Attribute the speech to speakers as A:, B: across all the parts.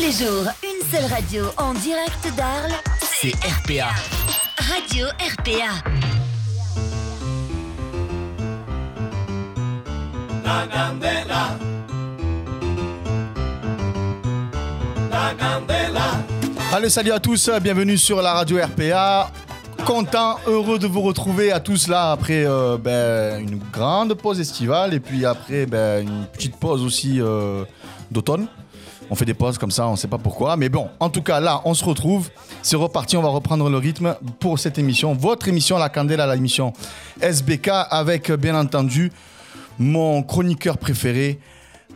A: les jours, une seule radio en direct d'Arles.
B: C'est RPA.
A: Radio RPA.
C: La candela. La candela.
D: Allez, salut à tous, bienvenue sur la radio RPA. Content, heureux de vous retrouver à tous là après euh, ben, une grande pause estivale et puis après ben, une petite pause aussi euh, d'automne. On fait des pauses comme ça, on sait pas pourquoi. Mais bon, en tout cas, là, on se retrouve. C'est reparti, on va reprendre le rythme pour cette émission. Votre émission, La Candela, la émission SBK, avec euh, bien entendu mon chroniqueur préféré,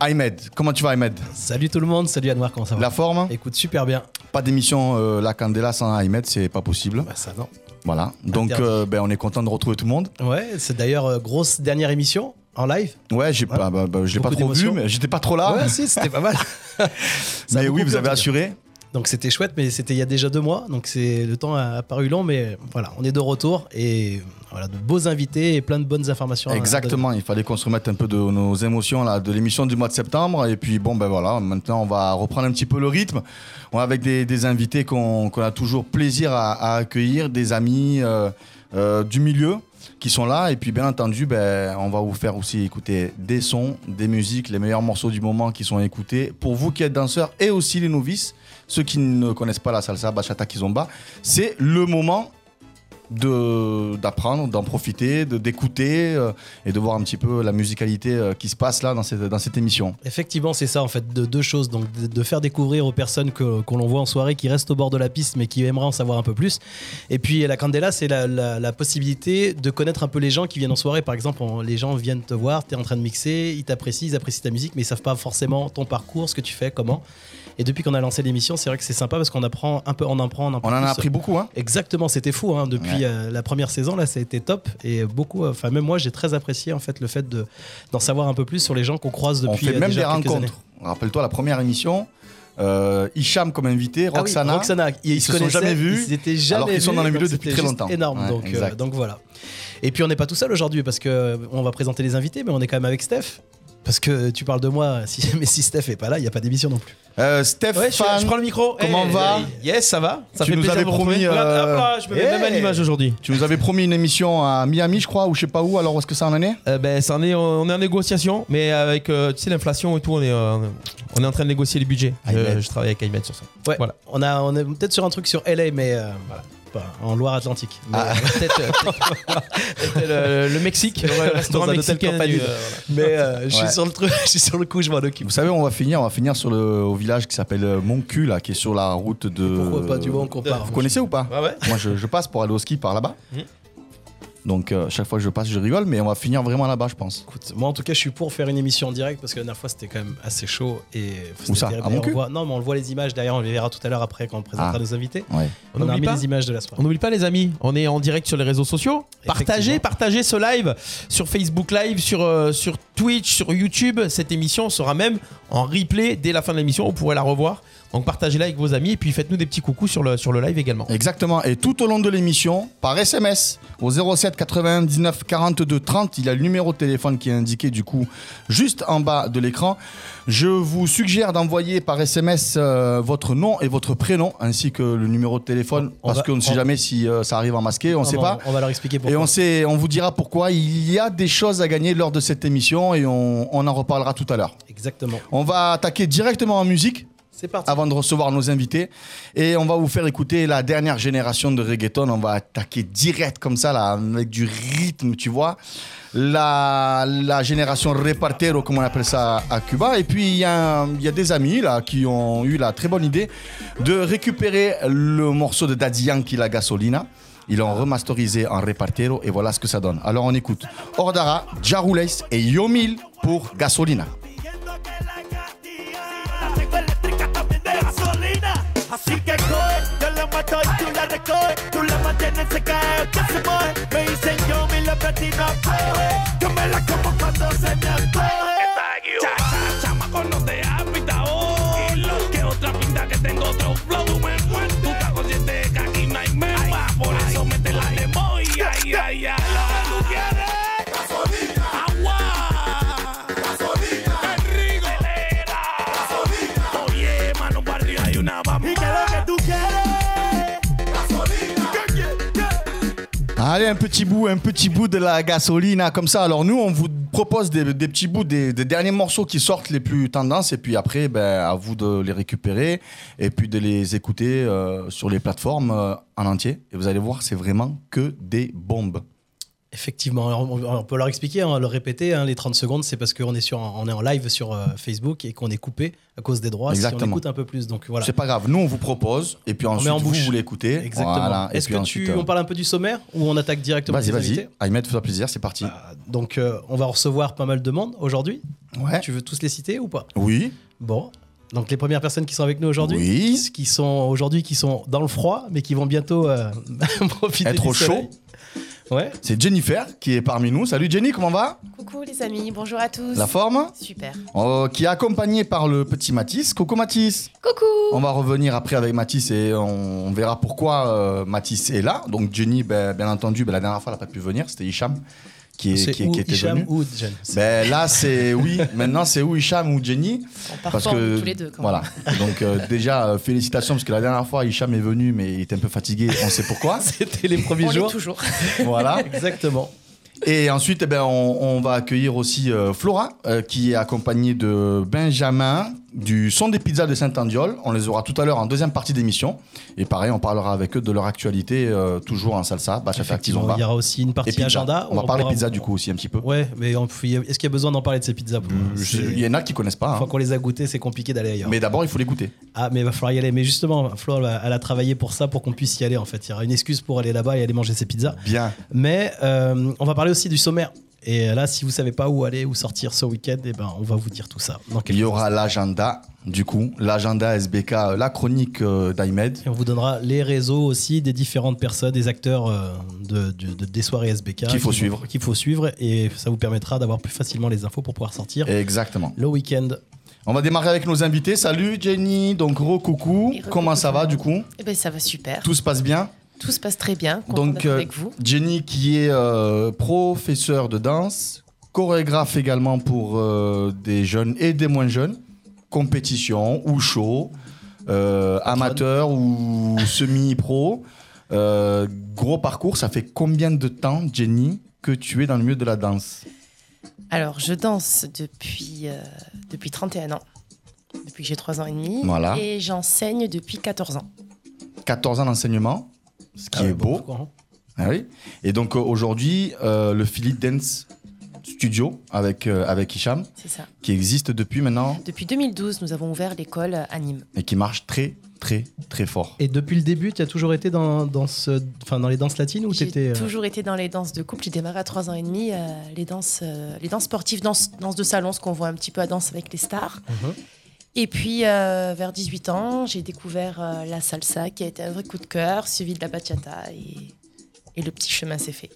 D: Ahmed. Comment tu vas, Ahmed
E: Salut tout le monde, salut Anouar, comment ça va
D: La forme
E: Écoute, super bien.
D: Pas d'émission euh, La Candela sans Ahmed, c'est pas possible.
E: Bah ça non.
D: Voilà. Donc,
E: Interdit.
D: euh, ben, on est content de retrouver tout le monde.
E: Ouais, c'est d'ailleurs euh, grosse dernière émission en live.
D: Ouais, j'ai pas, bah, bah, je l'ai pas
E: Beaucoup
D: trop vu,
E: d'émotions.
D: mais j'étais pas trop là.
E: ouais, si, c'était pas mal. Ça a
D: Ah. mais
E: beaucoup
D: oui,
E: plu,
D: vous
E: en tout
D: avez
E: cas.
D: assuré.
E: Donc c'était chouette, mais c'était il y a déjà deux mois, donc c'est le temps a a paru long, mais voilà, on est de retour et voilà de beaux invités et plein de bonnes informations. à- à
D: Exactement. Il fallait qu'on se remette un peu de nos émotions là, de l'émission du mois de septembre. Et puis bon, ben voilà. Maintenant, on va reprendre un petit peu le rythme. On est avec des, des invités qu'on qu'on a toujours plaisir à, à accueillir, des amis euh, euh, du milieu qui sont là. Et puis bien entendu, ben, on va vous faire aussi écouter des sons, des musiques, les meilleurs morceaux du moment qui sont écoutés. Pour vous qui êtes danseurs et aussi les novices, ceux qui ne connaissent pas la salsa, bachata, kizomba, c'est le moment de d'apprendre, d'en profiter, de d'écouter euh, et de voir un petit peu la musicalité euh, qui se passe là dans cette dans cette émission.
E: Effectivement, c'est ça en fait, de deux choses. Donc, de, de faire découvrir aux personnes que, que l'on voit en soirée qui restent au bord de la piste mais qui aimeraient en savoir un peu plus. Et puis, la Candela, c'est la, la- la possibilité de connaître un peu les gens qui viennent en soirée. Par exemple, on- les gens viennent te voir, tu es en train de mixer, ils t'apprécient, ils apprécient ta musique, mais ils savent pas forcément ton parcours, ce que tu fais, comment. Et depuis qu'on a lancé l'émission, c'est vrai que c'est sympa parce qu'on apprend un peu, on en apprend, on en
D: On en
E: plus. euh,
D: a appris beaucoup hein.
E: Exactement, c'était fou. hein. Depuis
D: Ouais.
E: euh, la première saison, là, ça a été top. Et beaucoup, euh, enfin, même moi, j'ai très apprécié en fait le fait de- d'en savoir un peu plus sur les gens qu'on croise depuis
D: On fait
E: euh,
D: même des
E: déjà quelques années.
D: rencontres. Rappelle-toi la première émission euh, Hicham comme invité,
E: Ah oui,
D: Roxana.
E: Roxana, ils,
D: Ils se sont
E: connaissaient,
D: jamais vus,
E: Ils étaient jamais
D: alors qu'ils sont dans le
E: vus,
D: milieu
E: donc
D: depuis
E: c'était
D: très
E: juste
D: longtemps.
E: Énorme,
D: Ouais,
E: donc, euh,
D: exact.
E: donc voilà. Et puis on n'est pas tout seul aujourd'hui parce que euh, on va présenter les invités, mais on est quand même avec Steph. Parce que tu parles de moi, si, mais si Steph est pas là, il n'y a pas d'émission non plus.
D: Euh, Stéphane.
F: Ouais, je, je prends le micro.
D: comment
F: Eh,
D: va
F: Yes, ça va. Ça
D: Tu
F: fait
D: nous
F: plaisir
D: avais
F: de vous
D: promis,
F: retrouver.
D: euh,
F: Hop là, je me mets
E: hey.
F: même à l'image aujourd'hui.
D: tu nous avais promis une émission à Miami, je crois, ou je sais pas où. Alors, est-ce que ça en est
F: Euh, ben, ça en est, on est en négociation, mais avec euh, tu sais l'inflation et tout, on est, euh, on est en train de négocier les budgets.
D: Ahmed.
F: Je, je travaille avec Aymed sur ça.
E: Ouais,
F: Voilà.
E: on, a, on est peut-être sur un truc sur LA, mais euh, voilà, pas en Loire-Atlantique. Mais,
D: Ah.
F: Euh, peut-être, euh, peut-être euh, le, le Mexique, le restaurant
E: Dans un hôtel
F: mexicain.
E: campagne.
F: du- euh, voilà.
E: mais, euh, je suis
D: Ouais.
E: sur le truc, je suis sur le coup, je m'en occupe.
D: Vous savez, on va finir, on va finir sur le au village qui s'appelle euh, Moncu là, qui est sur la route de.
E: Pourquoi pas, tu vois, on compare. Mmh.
D: Vous connaissez ou pas
F: Ah ouais.
D: Moi, je, je passe pour aller au ski par là-bas.
F: Mm.
D: Donc, euh, chaque fois que je passe, je rigole, mais on va finir vraiment là-bas, je pense.
E: Écoute, moi en tout cas, je suis pour faire une émission en direct parce que la dernière fois c'était quand même assez chaud et c'était
D: Où ça
E: terrible.
D: À mon
E: D'ailleurs,
D: cul
E: on voit- Non, mais on le voit les images derrière, on les verra tout à l'heure après quand on présentera
D: Ah.
E: nos invités.
D: Ouais.
F: On
E: On, a
F: n'oublie
E: mis
F: pas
E: les images de la soirée.
F: On n'oublie pas les amis, on est en direct sur les réseaux sociaux. Partagez,
E: Effectivement.
F: partagez ce live sur Facebook Live, sur, euh, sur Twitch, sur YouTube. Cette émission sera même en replay dès la fin de l'émission, vous pourrez la revoir. Donc partagez-la avec vos amis et puis faites-nous des petits coucous sur le, sur le live également.
D: Exactement. Et tout au long de l'émission, par SMS, au 07 99 42 30, il y a le numéro de téléphone qui est indiqué, du coup, juste en bas de l'écran. Je vous suggère d'envoyer par SMS euh, votre nom et votre prénom, ainsi que le numéro de téléphone,
E: On
D: parce
E: va-
D: qu'on ne sait
E: on- Ah
D: jamais si euh, ça arrive en masqué, on ne
E: Non,
D: sait
E: mais
D: pas.
E: On va leur expliquer pourquoi.
D: Et on, sait, on vous dira pourquoi il y a des choses à gagner lors de cette émission et on- on en reparlera tout à l'heure.
E: Exactement. Ah,
D: On va attaquer directement en musique
E: C'est parti.
D: avant de recevoir nos invités et on va vous faire écouter la dernière génération de reggaeton. On va attaquer direct comme ça là, avec du rythme, tu vois. La, la génération repartero, comme on appelle ça à Cuba. Et puis il y, a un- il y a des amis là qui ont eu la très bonne idée de récupérer le morceau de Daddy Yankee, La Gasolina. Ils l'ont remasterisé en repartero et voilà ce que ça donne. Alors on écoute Ordara, Jarules et Yomil pour Gasolina.
G: pidiendo que la castilla La tengo eléctrica también de gasolina Así que coge, yo la mato y tú la recoges Tú la mantienes seca, que se mueve Me dicen yo, mi la platino coge Yo me la como cuando se me antoje Cha, cha, chamaco, no te has pitado Y lo que otra pinta que tengo otro flow Tú me muerto, tú estás consciente de que aquí no hay mema Por eso mete la demo y ay, ay, ay Lo que tú quieres Agua Gasolina. Es rico. Gasolina. Oye, mano para arriba.
D: Allez, un petit bout, un petit bout de la gasoline, hein, comme ça. Alors nous, on vous propose des, des petits bouts des, des derniers morceaux qui sortent les plus tendances, et puis après, ben, à vous de les récupérer et puis de les écouter euh, sur les plateformes euh, en entier. Et vous allez voir, c'est vraiment que des bombes.
E: Effectivement, Alors, on, on peut leur expliquer, hein, leur répéter, hein, les 30 secondes, c'est parce qu'on est, sur, on est en live sur euh, Facebook et qu'on est coupé à cause des droits, si on
D: Exactement.
E: écoute un peu plus. Donc voilà.
D: C'est pas grave. Nous, on vous propose, et puis ensuite
E: met en
D: vous,
E: bouche.
D: vous l'écoutez.
E: Exactement.
D: Voilà, et
E: Est-ce
D: puis
E: que
D: ensuite,
E: tu,
D: euh,
E: on parle un peu du sommaire ou on attaque directement
D: Vas-y,
E: les
D: vas-y.
E: invités
D: Ahmed, fais-toi plaisir, c'est parti.
E: Ah, Donc euh, on va recevoir pas mal de monde aujourd'hui.
D: ouais.
E: Tu veux tous les citer ou pas
D: Oui.
E: Bon. Donc les premières personnes qui sont avec nous aujourd'hui,
D: Oui.
E: qui- qui sont aujourd'hui qui sont dans le froid, mais qui vont bientôt euh, profiter
D: Être
E: du
D: au
E: soleil.
D: chaud.
E: Ouais.
D: C'est Jennifer qui est parmi nous. Salut Jenny, comment va
B: Coucou les amis, bonjour à tous.
D: La forme
B: Super.
D: Euh, Qui est accompagnée par le petit Matisse. Coucou Matisse.
B: Coucou.
D: On va revenir après avec Matisse et on verra pourquoi euh, Matisse est là. Donc Jenny, ben, bien entendu, ben, la dernière fois, elle n'a pas pu venir. C'était Hicham qui, est,
E: C'est
D: qui, est-
E: ou
D: qui était
E: Hicham
D: venu.
E: ou Jen. C'est-
D: Ben, là, c'est oui. Maintenant, c'est ou Hicham ou Jenny.
B: On part fort, nous, tous les deux. Quand
D: voilà. Donc euh, déjà, euh, félicitations parce que la dernière fois, Hicham est venu, mais il était un peu fatigué. On sait pourquoi.
E: C'était les
B: même.
E: premiers
B: On l'est
E: jours.
B: toujours.
D: voilà.
E: Exactement.
D: Et ensuite, eh ben, on, on va accueillir aussi euh, Flora, euh, qui est accompagnée de Benjamin du Son des Pizzas de Saint-Andiol. On les aura tout à l'heure en deuxième partie d'émission. Et pareil, on parlera avec eux de leur actualité, euh, toujours en salsa, bachata,
E: Effectivement,
D: kizomba.
E: il y aura aussi une
D: Et
E: partie
D: pizza.
E: agenda.
D: on va
E: On
D: parler
E: pourra-
D: pizza du coup aussi un petit peu.
E: Ouais, mais on- est-ce qu'il y a besoin d'en parler de ces pizzas
D: Je-
E: C'est-
D: Il y en a qui connaissent pas.
E: Une
D: hein.
E: fois qu'on les a goûtées, c'est compliqué d'aller ailleurs.
D: Mais d'abord, il faut les goûter.
E: Ah, mais il va falloir y aller. Mais justement, Flo, elle a- elle a travaillé pour ça, pour qu'on puisse y aller en fait. Il y aura une excuse pour aller là-bas et aller manger ses pizzas.
D: Bien.
E: Mais euh, on va parler aussi du sommaire. Et là, si vous savez pas où aller, où sortir ce week-end, eh ben, on va vous dire tout ça. dans
D: Il
E: quelques
D: y aura l'agenda, du coup, l'agenda SBK, euh, la chronique euh, d'Ahmed.
E: Et on vous donnera les réseaux aussi des différentes personnes, des acteurs euh, de, de- de- des soirées SBK.
D: Qu'il faut
E: qui-
D: suivre.
E: Qu'il faut suivre. Et ça vous permettra d'avoir plus facilement les infos pour pouvoir sortir
D: Exactement.
E: le week-end.
D: On va démarrer avec nos invités. Salut Jenny, donc re-coucou.
B: Et re-coucou
D: Comment ça
B: tout le
D: va
B: monde.
D: du coup
B: Eh ben ça va super. Tout,
D: Tout se passe bien
B: se passe très bien. Content
D: Donc,
B: d'être
D: euh,
B: avec vous.
D: Jenny, qui est euh, professeure de danse, chorégraphe également pour euh, des jeunes et des moins jeunes, compétition ou show, euh, amateur ou semi-pro. Euh, gros parcours, ça fait combien de temps, Jenny, que tu es dans le milieu de la danse
B: Alors je danse depuis euh, depuis 31 ans. Depuis que j'ai 3 ans et demi.
D: Voilà.
B: Et j'enseigne depuis 14 ans.
D: 14 ans d'enseignement, ce qui
E: Ah,
D: est
E: bon,
D: beau.
E: faut croire, hein.
D: Ah oui. Et donc euh, aujourd'hui, euh, le Philip Dance Studio avec, euh, avec Hicham,
B: C'est ça.
D: qui existe depuis maintenant
B: Depuis 2012, nous avons ouvert l'école à Nîmes.
D: et qui marche très très très fort.
E: Et depuis le début, tu as toujours été dans, dans, ce, enfin, dans les danses latines ou euh, tu
B: J'ai
E: étais.
B: toujours été dans les danses de couple. J'ai démarré à 3 ans et demi euh, les danses euh, les danses sportives, danses, danses de salon, ce qu'on voit un petit peu à danse avec les stars. Et puis, euh, vers 18 ans, j'ai découvert euh, la salsa qui a été un vrai coup de cœur, suivi de la bachata. Et, et le petit chemin s'est fait.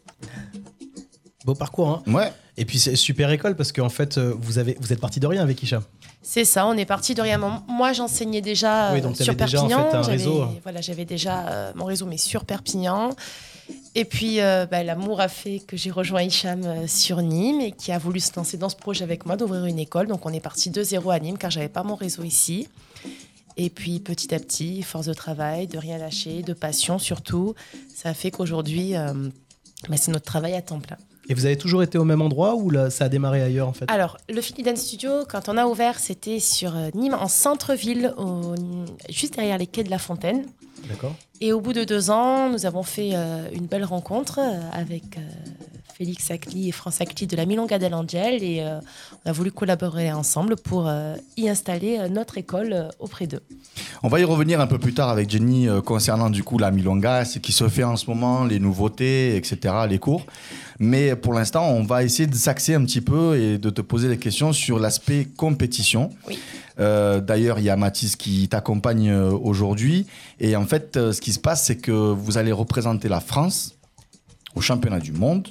E: Beau parcours, hein.
D: Ouais,
E: Et puis c'est super école parce qu'en fait, euh, vous, avez, vous êtes parti de rien avec Hicham.
B: C'est ça, on est parti de rien. Mon- Moi, j'enseignais déjà euh,
E: Oui, donc t'avais
B: sur
E: déjà, en
B: Perpignan.
E: fait, un
B: J'avais-
E: réseau.
B: Voilà, j'avais déjà euh, mon réseau, mais sur Perpignan. Et puis, euh, bah, l'amour a fait que j'ai rejoint Hicham euh, sur Nîmes et qui a voulu se lancer dans ce projet avec moi d'ouvrir une école. Donc, on est parti de zéro à Nîmes car j'avais pas mon réseau ici. Et puis, petit à petit, force de travail, de rien lâcher, de passion surtout, ça a fait qu'aujourd'hui, euh, bah, c'est notre travail à temps plein.
E: Et vous avez toujours été au même endroit ou là, ça a démarré ailleurs en fait
B: Alors, le Philly Dance Studio, quand on a ouvert, c'était sur euh, Nîmes, en centre-ville, au- juste derrière les quais de la Fontaine.
E: D'accord.
B: Et au bout de deux ans, nous avons fait euh, une belle rencontre euh, avec euh, Félix Acli et France Acli de la Milonga del Angel. Et euh, on a voulu collaborer ensemble pour euh, y installer euh, notre école euh, auprès d'eux.
D: on va y revenir un peu plus tard avec Jenny euh, concernant du coup la milonga, ce qui se fait en ce moment, les nouveautés, etc., les cours. Mais pour l'instant, on va essayer de s'axer un petit peu et de te poser des questions sur l'aspect compétition.
B: Oui.
D: Euh, D'ailleurs, il y a Mathis qui t'accompagne euh, aujourd'hui. Et en fait, euh, ce qui se passe, c'est que vous allez représenter la France au championnat du monde,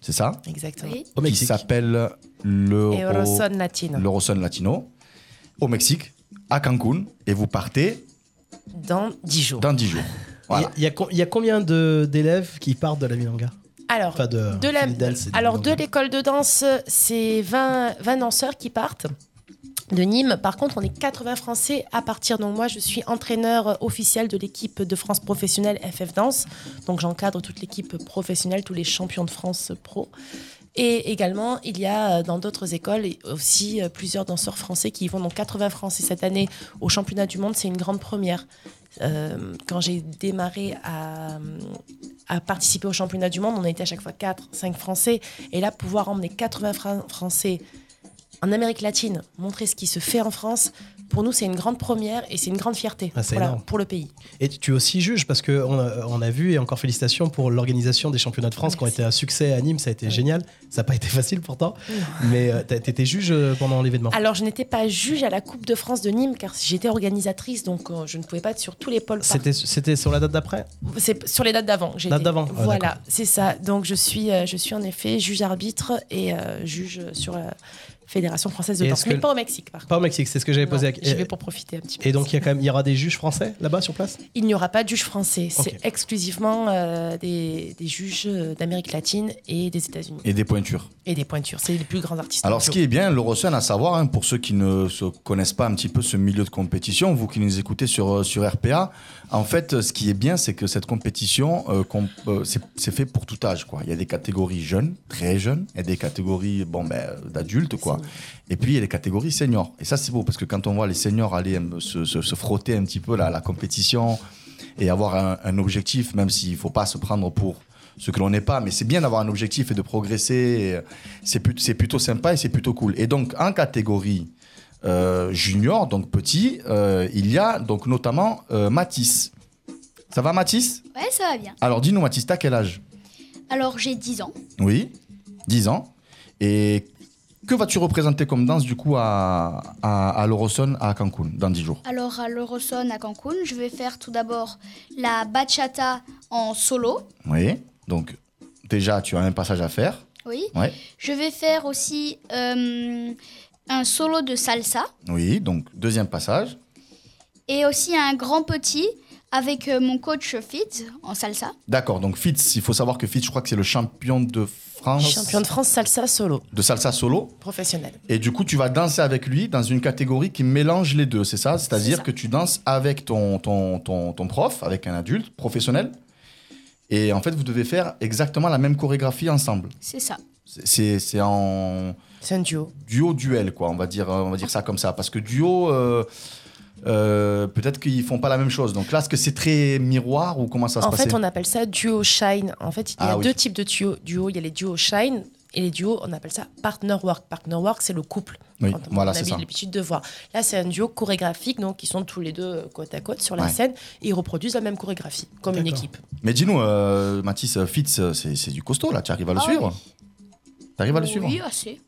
D: c'est ça
B: Exactement.
E: Au
D: Qui
E: Mexique.
D: s'appelle le
B: Et Euroson Latino,
D: l'Euroson Latino, au Mexique, à Cancun, et vous partez
B: dans dix jours.
D: dans 10 jours. Voilà.
E: Il y, a co- il y a combien de- d'élèves qui partent de la Milonga
B: Alors,
E: Enfin, de,
B: De la-
E: Philly Dance et
B: alors, de
E: Milonga.
B: l'école de danse, c'est 20, 20 danseurs qui partent de Nîmes. Par contre, on est 80 Français à partir. Donc moi, je suis entraîneur officiel de l'équipe de France professionnelle FF Danse. Donc j'encadre toute l'équipe professionnelle, tous les champions de France pro. Et également, il y a euh, dans d'autres écoles et aussi euh, plusieurs danseurs français qui y vont. Donc 80 Français cette année au championnat du monde, c'est une grande première. Euh, quand j'ai démarré à, à participer au championnat du monde, on était à chaque fois 4, 5 Français. Et là, pouvoir emmener 80 Fra- Français en Amérique latine, montrer ce qui se fait en France, pour nous, c'est une grande première et c'est une grande fierté
E: Ah, c'est
B: pour, la-
E: énorme.
B: pour le pays.
E: Et tu- tu es aussi juge parce que on a, on a vu et encore félicitations pour l'organisation des championnats de France qui ont
B: Merci.
E: été un succès à Nîmes, ça a été génial. Ça n'a pas été facile pourtant, mais euh, t'as- t'étais juge euh, pendant l'événement.
B: Alors, je n'étais pas juge à la Coupe de France de Nîmes car j'étais organisatrice, donc euh, je ne pouvais pas être sur tous les pôles. par-
E: C'était c'était sur la date d'après
B: C'est sur les dates d'avant. que j'ai
E: Dates
B: été.
E: d'avant, ah,
B: voilà,
E: d'accord.
B: c'est ça. Donc je suis, euh, je suis en effet juge arbitre et euh, juge sur la Fédération française de
E: Et
B: danse,
E: est-ce
B: mais
E: que-
B: pas au Mexique par contre.
E: Pas au Mexique, c'est ce que j'avais posé. à-
B: Non, J'y vais pour profiter un petit peu.
E: Et donc il y a quand même, il y aura des juges français là-bas sur place
B: il n'y aura pas de juge français.
E: Ok.
B: C'est exclusivement euh, des, des juges euh, d'Amérique latine et des États-Unis
D: Et des pointures.
B: et des pointures. C'est les plus grands artistes.
D: Alors, ce qui est bien, l'Eurosun, à savoir, hein, pour ceux qui ne se connaissent pas un petit peu ce milieu de compétition, vous qui nous écoutez sur, euh, sur RPA, en fait, euh, ce qui est bien, c'est que cette compétition, euh, qu'on- euh, c'est c'est fait pour tout âge. Quoi. Il y a des catégories jeunes, très jeunes, et des catégories bon, ben, euh, d'adultes, quoi. Et puis, il y a des catégories seniors. Et ça, c'est beau, parce que quand on voit les seniors aller euh, se, se- se frotter un petit peu là, à la compétition et avoir un, un objectif, même s'il ne faut pas se prendre pour ce que l'on n'est pas, mais c'est bien d'avoir un objectif et de progresser. et, euh, c'est plut- c'est plutôt sympa et c'est plutôt cool. Et donc, en catégorie euh, junior, donc petit, euh, il y a donc notamment euh, Matisse. Ça va, Matisse
H: Ouais, ça va bien.
D: Alors, dis-nous, Matisse, t'as quel âge
H: Alors, j'ai 10 ans.
D: Oui, 10 ans. Et que vas-tu représenter comme danse, du coup, à, à, à l'Euroson à Cancun, dans 10 jours
H: Alors, à l'Euroson à Cancun, je vais faire tout d'abord la bachata en solo.
D: Oui, donc déjà, tu as un passage à faire.
H: Oui.
D: Ouais.
H: Je vais faire aussi euh, un solo de salsa.
D: Oui, donc deuxième passage.
H: Et aussi un grand petit avec euh, mon coach Fitz en salsa.
D: D'accord, donc Fitz, il faut savoir que Fitz, je crois que c'est le champion de France
B: Champion de France salsa solo
D: de salsa solo.
B: professionnel.
D: Et du coup, tu vas danser avec lui dans une catégorie qui mélange les deux, c'est ça
B: C'est
D: C'est-à-dire
B: ça.
D: que tu danses avec ton, ton, ton, ton prof, avec un adulte professionnel. Et en fait, vous devez faire exactement la même chorégraphie ensemble.
H: C'est ça.
D: C'est- C'est c'est en
B: C'est un duo.
D: duo-duel, quoi. On va, dire, on va dire ça comme ça. Parce que duo, euh, euh, peut-être qu'ils font pas la même chose. Donc là, est-ce que c'est très miroir ou comment ça se
B: en
D: passait
B: fait, on appelle ça duo shine. En fait, il y
D: Ah
B: a
D: oui.
B: deux types de duo. duo. Il y a les duos shine et les duos, on appelle ça partner work. Partner work, c'est le couple.
D: Oui,
B: Quand on-
D: voilà,
B: on
D: c'est
B: a
D: ça.
B: l'habitude de voir. Là, c'est un duo chorégraphique, donc ils sont tous les deux côte à côte sur la
D: Ouais.
B: scène et ils reproduisent la même chorégraphie, comme une
E: D'accord.
B: équipe.
D: Mais dis-nous, euh, Mathis, euh, Fitz, euh, c'est c'est du costaud, là. Tu arrives à le
H: Ah
D: suivre Tu arrives à le suivre
H: Oh, Oui, Ah, assez.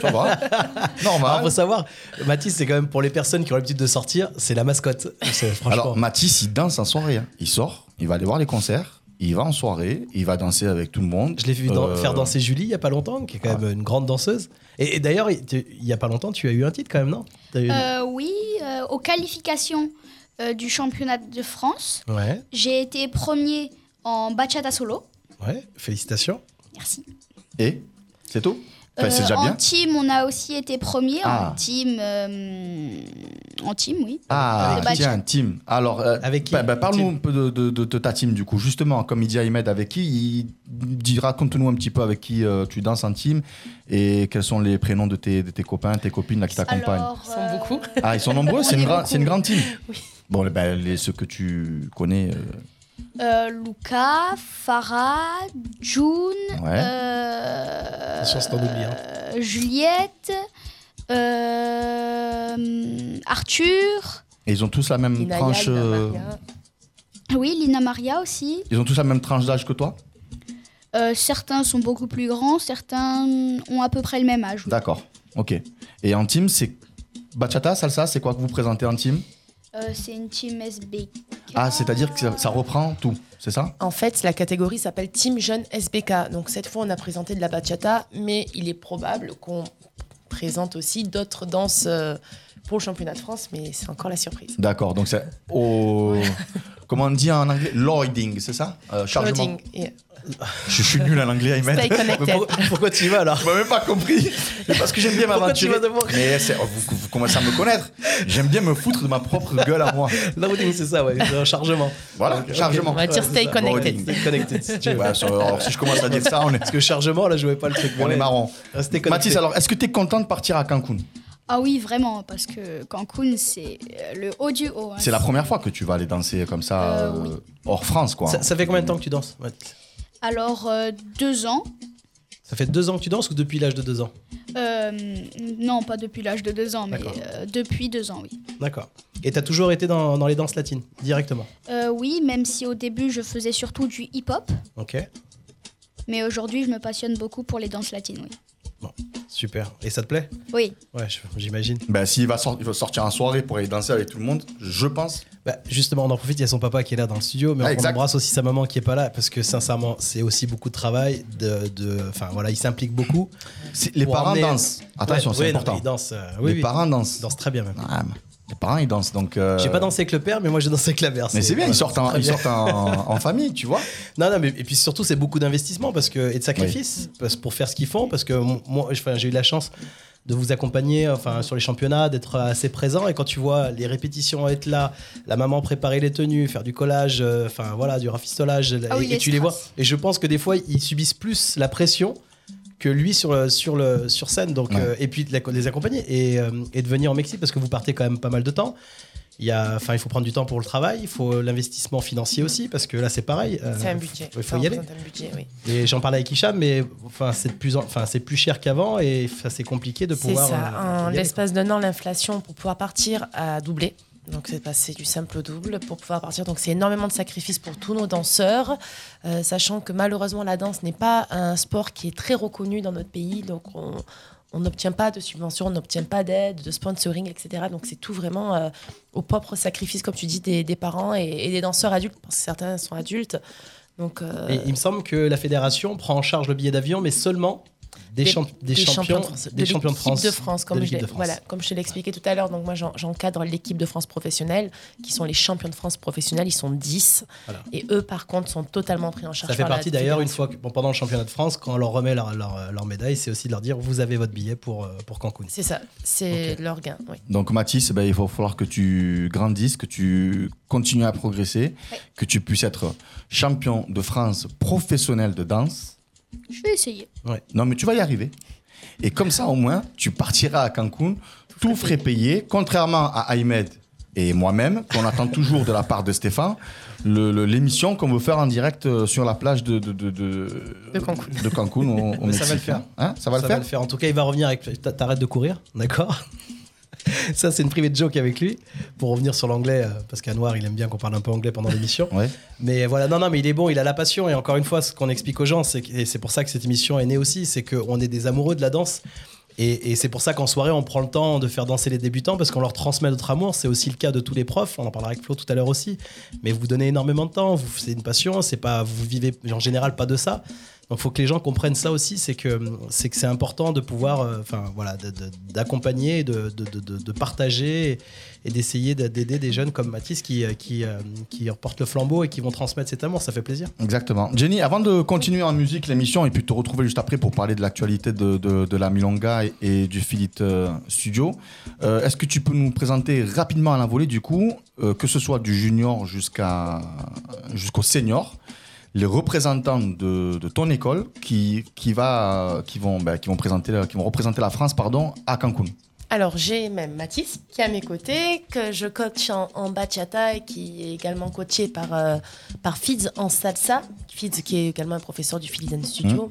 D: Ça va.
E: Alors,
D: Normal.
E: Ah, faut savoir, Mathis, c'est quand même pour les personnes qui ont l'habitude de sortir, c'est la mascotte. C'est- Franchement.
D: Alors, Mathis, il danse en soirée. hein. Il sort, il va aller voir les concerts, il va en soirée, il va danser avec tout le monde.
E: Je l'ai vu dan-
D: Euh,
E: faire danser Julie il y a pas longtemps, qui est quand même une grande danseuse. Et, et d'ailleurs, il tu- il y a pas longtemps, tu as eu un titre quand même, non T'as eu-
H: Euh, oui, euh, aux qualifications euh, du championnat de France,
E: Ouais,
H: j'ai été premier en bachata solo.
E: ouais, félicitations.
H: Merci.
D: Et c'est tout Enfin, C'est
H: Euh,
D: déjà
H: en
D: bien.
H: team, on a aussi été premier.
D: Ah.
H: En team, euh, en team, oui.
D: Ah,
H: Avec-
D: tiens, team. Alors, euh,
E: Avec qui
D: bah, bah, parle-nous
E: Team
D: un peu de, de- de- de ta team, du coup. Justement, comme il dit Ahmed, avec qui il dit, Raconte-nous un petit peu avec qui euh, tu danses en team et quels sont les prénoms de tes, de tes copains, tes copines là, qui t'accompagnent.
H: Alors, euh,
B: Ils sont beaucoup.
D: Ah, ils sont nombreux C'est
H: On
D: une,
H: est
D: gra-
H: beaucoup.
D: c'est une grande team Bon, ben, les, ceux que tu connais. euh,
H: euh, Luca, Farah, June,
D: Ouais.
H: euh,
E: Attention, c'est en oublié, hein.
H: euh, Juliette, euh, Arthur,
D: et ils ont tous la même
B: Inaya,
D: tranche.
B: Ina
D: euh,
B: Maria.
H: oui, Lina Maria aussi.
D: ils ont tous la même tranche d'âge que toi
H: Euh, certains sont beaucoup plus grands, certains ont à peu près le même âge. oui.
D: D'accord, ok. Et en team, c'est bachata, salsa, c'est quoi que vous présentez en team
H: Euh, c'est une team SB.
D: Ah, c'est-à-dire que ça, ça reprend tout, c'est ça
B: En fait, la catégorie s'appelle Team Jeune SBK. Donc cette fois, on a présenté de la bachata, mais il est probable qu'on présente aussi d'autres danses euh, pour le championnat de France, mais c'est encore la surprise.
D: D'accord, donc c'est au, comment on dit en anglais Loading, c'est ça Euh, Chargement.
B: Loading. Yeah.
D: Je suis nul en anglais, Ayman.
B: Stay
E: Mais
B: connected.
E: pour- pourquoi tu y vas alors
D: Tu m'as même pas compris. Mais parce que j'aime bien
E: Pourquoi tu
D: m'aventurer.
E: vas devoir-
D: Mais c'est- oh, vous, vous commencez à me connaître. J'aime bien me foutre de ma propre gueule à moi.
E: Loading, c'est ça, ouais, c'est un chargement.
D: Voilà, chargement.
B: On va dire stay
D: Loading.
B: connected.
E: Stay connected. si tu veux.
D: Ouais, sur- alors, si je commence à dire ça, on est,
E: Parce que chargement, là, je vois pas le truc.
D: on est
E: Ouais.
D: marrant.
E: Restez connectés.
D: Mathis, alors, est-ce que tu es content de partir à Cancun
H: Ah oui, vraiment, parce que Cancun, c'est euh, le haut du haut. hein.
D: C'est la première fois que tu vas aller danser comme ça
H: Euh, oui.
D: euh, hors France, quoi.
E: Ça, ça fait combien de temps que tu danses Ouais.
H: Alors, euh, deux ans.
E: Ça fait deux ans que tu danses ou depuis l'âge de deux ans
H: Euh, non, pas depuis l'âge de deux ans, mais
E: D'accord.
H: euh, depuis deux ans, oui.
E: D'accord. Et t'as toujours été dans, dans les danses latines, directement
H: Euh, oui, même si au début, je faisais surtout du hip-hop,
E: Ok,
H: mais aujourd'hui, je me passionne beaucoup pour les danses latines, oui.
E: super. Et ça te plaît
H: Oui,
E: Ouais, je- j'imagine.
D: Ben, s'il va, sor- il va sortir en soirée pour aller danser avec tout le monde, je pense.
E: Bah, justement, on en profite, il y a son papa qui est là dans le studio, mais
D: Ah,
E: on
D: exact.
E: embrasse aussi sa maman qui est pas là, parce que sincèrement, c'est aussi beaucoup de travail. De, de- enfin voilà, il s'implique beaucoup.
D: C'est- Les
E: Pour
D: parents
E: emmener-
D: dansent. Attention,
E: Ouais,
D: c'est
E: oui, non,
D: important.
E: mais il danse, euh, oui,
D: les
E: oui,
D: parents
E: il
D: dansent.
E: danse très bien même.
D: Ah, mais les parents, ils dansent. Donc, euh,
E: J'ai pas dansé avec le père, mais moi j'ai dansé avec la mère.
D: Mais c'est bien,
E: voilà,
D: ils sortent, en,
E: très
D: ils
E: bien.
D: sortent en, en famille, tu vois.
E: Non, non, mais et puis surtout, c'est beaucoup d'investissement parce que et de sacrifices parce- pour faire ce qu'ils font. Parce que mon- moi, enfin, j'ai eu la chance de vous accompagner enfin, sur les championnats, d'être assez présent. Et quand tu vois les répétitions être là, la maman préparer les tenues, faire du collage, euh, enfin voilà, du rafistolage,
H: Ah
E: et,
H: oui,
E: et
H: les
E: tu les vois.
H: strass.
E: Et je pense que des fois, ils subissent plus la pression que lui sur, le- sur, le, sur scène. Donc,
D: Ouais.
E: euh, et puis de la- les accompagner et, euh, et de venir au Mexique parce que vous partez quand même pas mal de temps. Il, y a, enfin, il faut prendre du temps pour le travail, il faut l'investissement financier aussi, parce que là c'est pareil. euh,
B: C'est un budget.
E: Il faut y aller.
B: C'est un budget, oui.
E: Et j'en parlais avec Hicham, mais enfin, c'est de plus, en- enfin, c'est plus cher qu'avant et ça, c'est compliqué de
B: C'est
E: pouvoir.
B: ça.
E: euh, y
B: en
E: aller,
B: l'espace d'un an, l'inflation pour pouvoir partir a doublé. Donc c'est passé du simple au double pour pouvoir partir. Donc c'est énormément de sacrifices pour tous nos danseurs, Euh, sachant que malheureusement la danse n'est pas un sport qui est très reconnu dans notre pays. Donc on on n'obtient pas de subventions, on n'obtient pas d'aide, de sponsoring, etc. Donc c'est tout vraiment euh, au propre sacrifice, comme tu dis, des, des parents et, et des danseurs adultes, parce que certains sont adultes. Donc euh,
E: quoi. Et il me semble que la fédération prend en charge le billet d'avion, mais seulement des,
B: Des-
E: champ- des champions, des champions de France.
B: l'équipe de France, comme je
E: de l'équipe
B: l'ai-
E: de France.
B: voilà, comme je te l'ai expliqué tout à l'heure. Donc moi, j'en- j'encadre l'équipe de France professionnelle, qui sont les champions de France professionnels. Ils sont 10.
E: Voilà.
B: Et eux, par contre, sont totalement pris en charge.
E: Ça fait
B: par la
E: partie d'ailleurs une
B: fédération.
E: fois que, bon, pendant le championnat de France, quand on leur remet leur, leur- leur médaille, c'est aussi de leur dire vous avez votre billet pour euh, pour Cancun.
B: C'est ça, c'est
E: Ok.
B: leur gain. oui.
D: Donc Mathis, ben, il va falloir que tu grandisses, que tu continues à progresser,
H: Ouais.
D: que tu puisses être champion de France professionnel de danse.
H: je vais essayer.
D: Non, mais tu vas y arriver. Et comme ça, au moins, tu partiras à Cancun, tout frais payé, contrairement à Ahmed et moi-même, qu'on attend toujours de la part de Stéphane, le- le- l'émission qu'on veut faire en direct euh, sur la plage de, de, de, de,
B: De Cancun.
D: de Cancun au, au
E: Mais ça va
D: Mexique,
E: le faire.
D: hein. Hein, ça va le faire.
E: En tout cas, il va revenir avec. t'a- T'arrêtes de courir, d'accord Ça, c'est une private joke avec lui. Pour revenir sur l'anglais, euh, parce qu'à Noir, il aime bien qu'on parle un peu anglais pendant l'émission.
D: Ouais.
E: Mais voilà, non, non, mais il est bon, il a la passion. Et encore une fois, ce qu'on explique aux gens, c'est que- et c'est pour ça que cette émission est née aussi, c'est qu'on est des amoureux de la danse. Et, et c'est pour ça qu'en soirée, on prend le temps de faire danser les débutants parce qu'on leur transmet notre amour. C'est aussi le cas de tous les profs. On en parlera avec Flo tout à l'heure aussi. Mais vous donnez énormément de temps. Vous, c'est une passion. C'est pas, vous vivez en général pas de ça. Donc, faut que les gens comprennent ça aussi. C'est que c'est que c'est important de pouvoir, euh, enfin voilà, de- de- d'accompagner, de, de, de- de- de partager et, et d'essayer d'a- d'aider des jeunes comme Mathis qui euh, qui euh, qui reportent le flambeau et qui vont transmettre cet amour. Ça fait plaisir.
D: Exactement. Jenny, avant de continuer en musique l'émission et puis te retrouver juste après pour parler de l'actualité de, de- de la Milonga et, et du Philippe euh, Studio, euh, est-ce que tu peux nous présenter rapidement à la volée, du coup, euh, que ce soit du junior jusqu'à, jusqu'au senior, les représentants de, de ton école qui, qui, va, qui, vont, bah, qui, vont présenter, la- qui vont représenter la France pardon, à Cancun
B: Alors j'ai même Mathis qui est à mes côtés, que je coach en, en bachata et qui est également coaché par, euh, par Fitz en salsa. Fitz qui est également un professeur du Philizen Studio.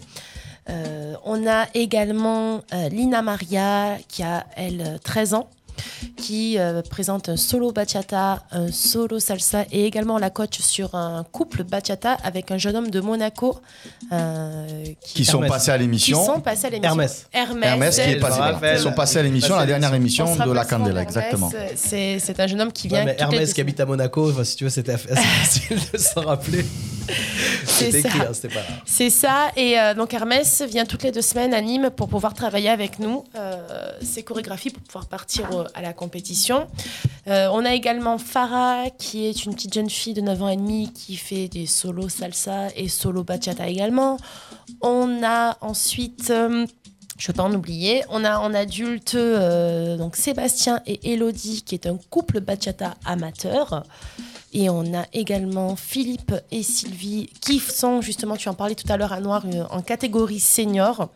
D: Mmh.
B: Euh, on a également euh, Lina Maria qui a elle 13 ans qui euh, présente un solo bachata, un solo salsa et également la coach sur un couple bachata avec un jeune homme de Monaco euh,
D: qui sont
E: Hermès.
D: passés à
B: qui
D: l'émission.
B: sont passés à l'émission.
E: Hermès.
B: Hermès,
D: Hermès qui est
E: Je
D: passé.
E: me
D: voilà.
E: rappelle.
D: Ils sont passés à l'émission,
E: Passé
D: la
E: à
D: dernière
B: On
D: émission
B: se
D: de
B: rappelle
D: la
B: son
D: Candela,
B: Hermès, euh,
D: exactement.
B: C'est c'est un jeune homme qui vient.
E: Ouais, mais
B: toutes les
E: Hermès
B: deux
E: qui habite à Monaco. enfin, si tu veux, c'était assez facile de s'en rappeler.
B: C'est
E: C'était
B: ça.
E: qui
B: Ah,
E: là C'était pas.
B: C'est ça. Et euh, donc Hermès vient toutes les deux semaines à Nîmes pour pouvoir travailler avec nous euh, ses chorégraphies pour pouvoir partir euh, à la compétition. Euh, on a également Farah qui est une petite jeune fille de 9 ans et demi qui fait des solos salsa et solo bachata également. On a ensuite euh, je peux pas en oublier. On a en adulte euh, donc Sébastien et Elodie, qui est un couple bachata amateur. Et on a également Philippe et Sylvie, qui sont justement, tu en parlais tout à l'heure à Noir, euh, en catégorie senior.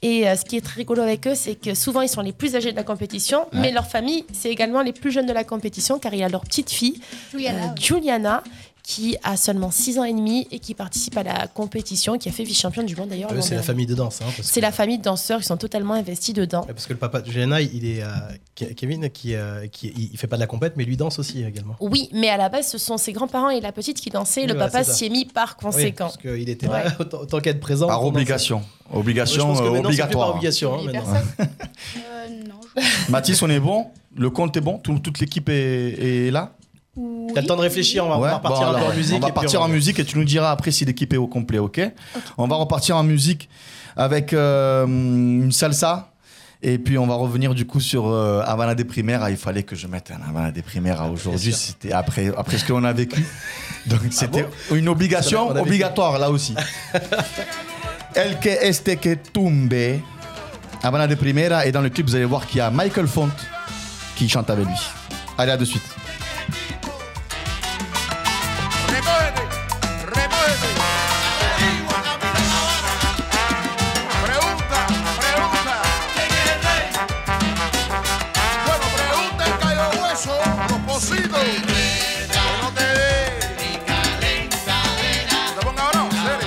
B: Et euh, ce qui est très rigolo avec eux, c'est que souvent ils sont les plus âgés de la compétition, mais leur famille, c'est également les plus jeunes de la compétition, car il y a leur petite fille
H: Juliana,
B: euh,
H: ouais.
B: Juliana, qui a seulement 6 ans et demi et qui participe à la compétition, qui a fait vice-championne du monde d'ailleurs.
E: Eux,
B: l'an
E: c'est la
B: dernier.
E: famille de danse. hein, parce
B: C'est
E: que-
B: la famille de danseurs qui sont totalement investis dedans.
E: Ouais, Parce que le papa de Juliana, il est. euh, Ke- Kevin, qui, euh, qui- il il fait pas de la compète, mais lui danse aussi également.
B: Oui, mais à la base, ce sont ses grands-parents et la petite qui dansaient.
E: Oui,
B: le
E: voilà,
B: papa
E: c'est ça.
B: s'y est mis par
E: Oui,
B: conséquent.
E: parce qu'il était là, autant, autant qu'être présent.
D: Par
E: on danse.
D: obligation.
E: Ouais, je
D: Obligation
E: pense que
D: euh,
E: maintenant, c'est plus
D: obligatoire.
E: Par obligation, hein, maintenant.
H: Euh, non.
D: Mathis, on est bon Le compte est bon Tout- Toute l'équipe est, est là
H: je-
E: T'as le temps de réfléchir, on va, on va
D: Ouais,
E: repartir un
D: bon,
E: peu
D: alors,
E: en musique.
D: On va
E: et puis
D: partir
E: on-
D: en musique et tu nous diras après si l'équipe est au complet, ok On va repartir en musique avec euh, une salsa. Et puis on va revenir du coup sur euh, Havana des primaires. Ah, il fallait que je mette un Havana des primaires à aujourd'hui.
E: sûr. Ah
D: C'était après, après ce qu'on a vécu. Donc c'était une
E: On a
D: obligation
E: vécu.
D: obligatoire là aussi. El que este que tumbe. Havana de Primera. Et dans le clip, vous allez voir qu'il y a Michael Font qui chante avec lui. Allez, à de suite.
I: Remuévete, remuévete. Pregunta, pregunta. ¿Quién es el rey? Bueno, pregunta el callo hueso, Proposito. Que no te dé. No te ponga bravo, Sere.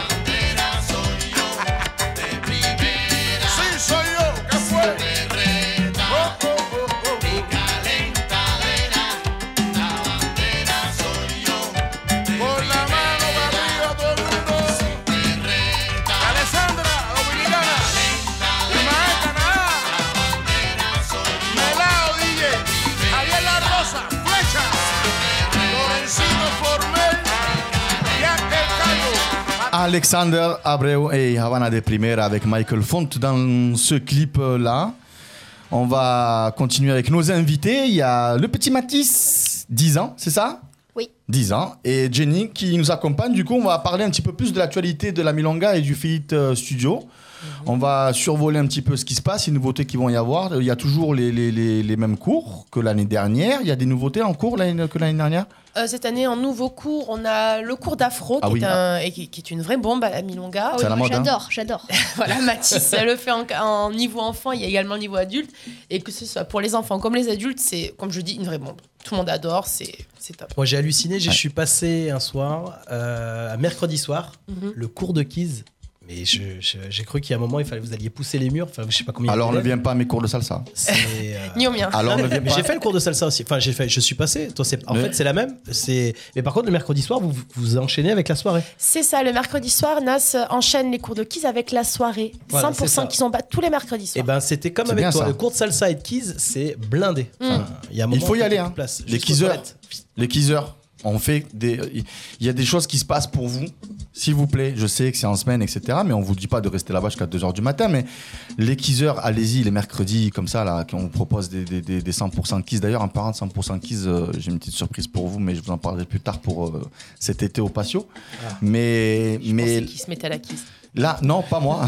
I: Sí, soy yo, ¿qué fue? Oh, oh, oh, oh, oh. Con la mano para arriba todo el mundo. Alessandra, dominicana. La maestra nada. Melao DJ. Javier La Rosa, flecha. Lorencito Formel. Jack el Calvo.
D: Alexander Abreu et Havana de Primera avec Michael Font dans ce clip-là. On va continuer avec nos invités. Il y a le petit Matisse, 10 ans, c'est ça
H: Oui.
D: 10 ans. Et Jenny qui nous accompagne. Du coup, on va parler un petit peu plus de l'actualité de la Milonga et du Fit euh, Studio. On va survoler un petit peu ce qui se passe, les nouveautés qui vont y avoir. Il y a toujours les, les- les- les mêmes cours que l'année dernière. Il y a des nouveautés en cours l'année- que l'année dernière
B: Euh, cette année, en nouveau cours, on a le cours d'afro,
D: Ah
B: qui,
D: oui.
B: est un- et qui, qui est une vraie bombe à la Milonga.
H: Ah
D: C'est
H: oui,
D: à la
H: moi,
D: mode, hein.
H: J'adore, j'adore.
B: voilà, Mathis elle le fait en, en niveau enfant, il y a également le niveau adulte. Et que ce soit pour les enfants comme les adultes, c'est, comme je dis, une vraie bombe. Tout le monde adore, c'est, c'est top.
E: Moi, j'ai halluciné. j'ai- Je suis passé un soir, euh, un mercredi soir,
D: Mhm.
E: le cours de Kiz. Mais je- je- j'ai cru qu'il y a un moment, il fallait vous alliez pousser les murs. Enfin, je sais pas combien.
D: Alors ne
E: d'élèves.
D: viens pas à mes cours de salsa.
E: C'est, euh,
B: Ni au mien.
D: Alors ne
E: Mais
D: viens pas.
E: j'ai fait le cours de salsa aussi. Enfin, j'ai fait, je suis passé. Toi, c'est, en
D: Mais-
E: fait, c'est la même. C'est, mais par contre, le mercredi soir, vous vous enchaînez avec la soirée.
B: C'est ça, le mercredi soir, Nas enchaîne les cours de kids avec la soirée.
E: Voilà, c'est
B: 100%
E: ça.
B: qui sont bas tous les mercredis
E: Et
B: soirs.
E: ben, c'était comme
D: C'est
E: avec
D: bien
E: toi.
D: ça. Mm.
E: Le cours de salsa et de keys, c'est blindé. Enfin, il y a un
D: Il
E: moment
D: faut y
E: où
D: aller,
E: t'as plus
D: hein.
E: de place.
D: Les
E: Jusqu'aux
D: keysers.
E: toilettes.
D: Les quizeurs, on fait des. Il y a des choses qui se passent pour vous. S'il vous plaît, je sais que c'est en semaine, etc. Mais on vous dit pas de rester là-bas jusqu'à 2h du matin. Mais les quizeurs, allez-y, les mercredis, comme ça, là, qu'on propose des, des, des, des 100% quiz. D'ailleurs, en parlant de 100% quiz, euh, j'ai une petite surprise pour vous, mais je vous en parlerai plus tard pour euh, cet été au patio.
E: Ah.
D: Mais, mais
B: qui se mettait à la kiss.
D: Là, non, pas moi.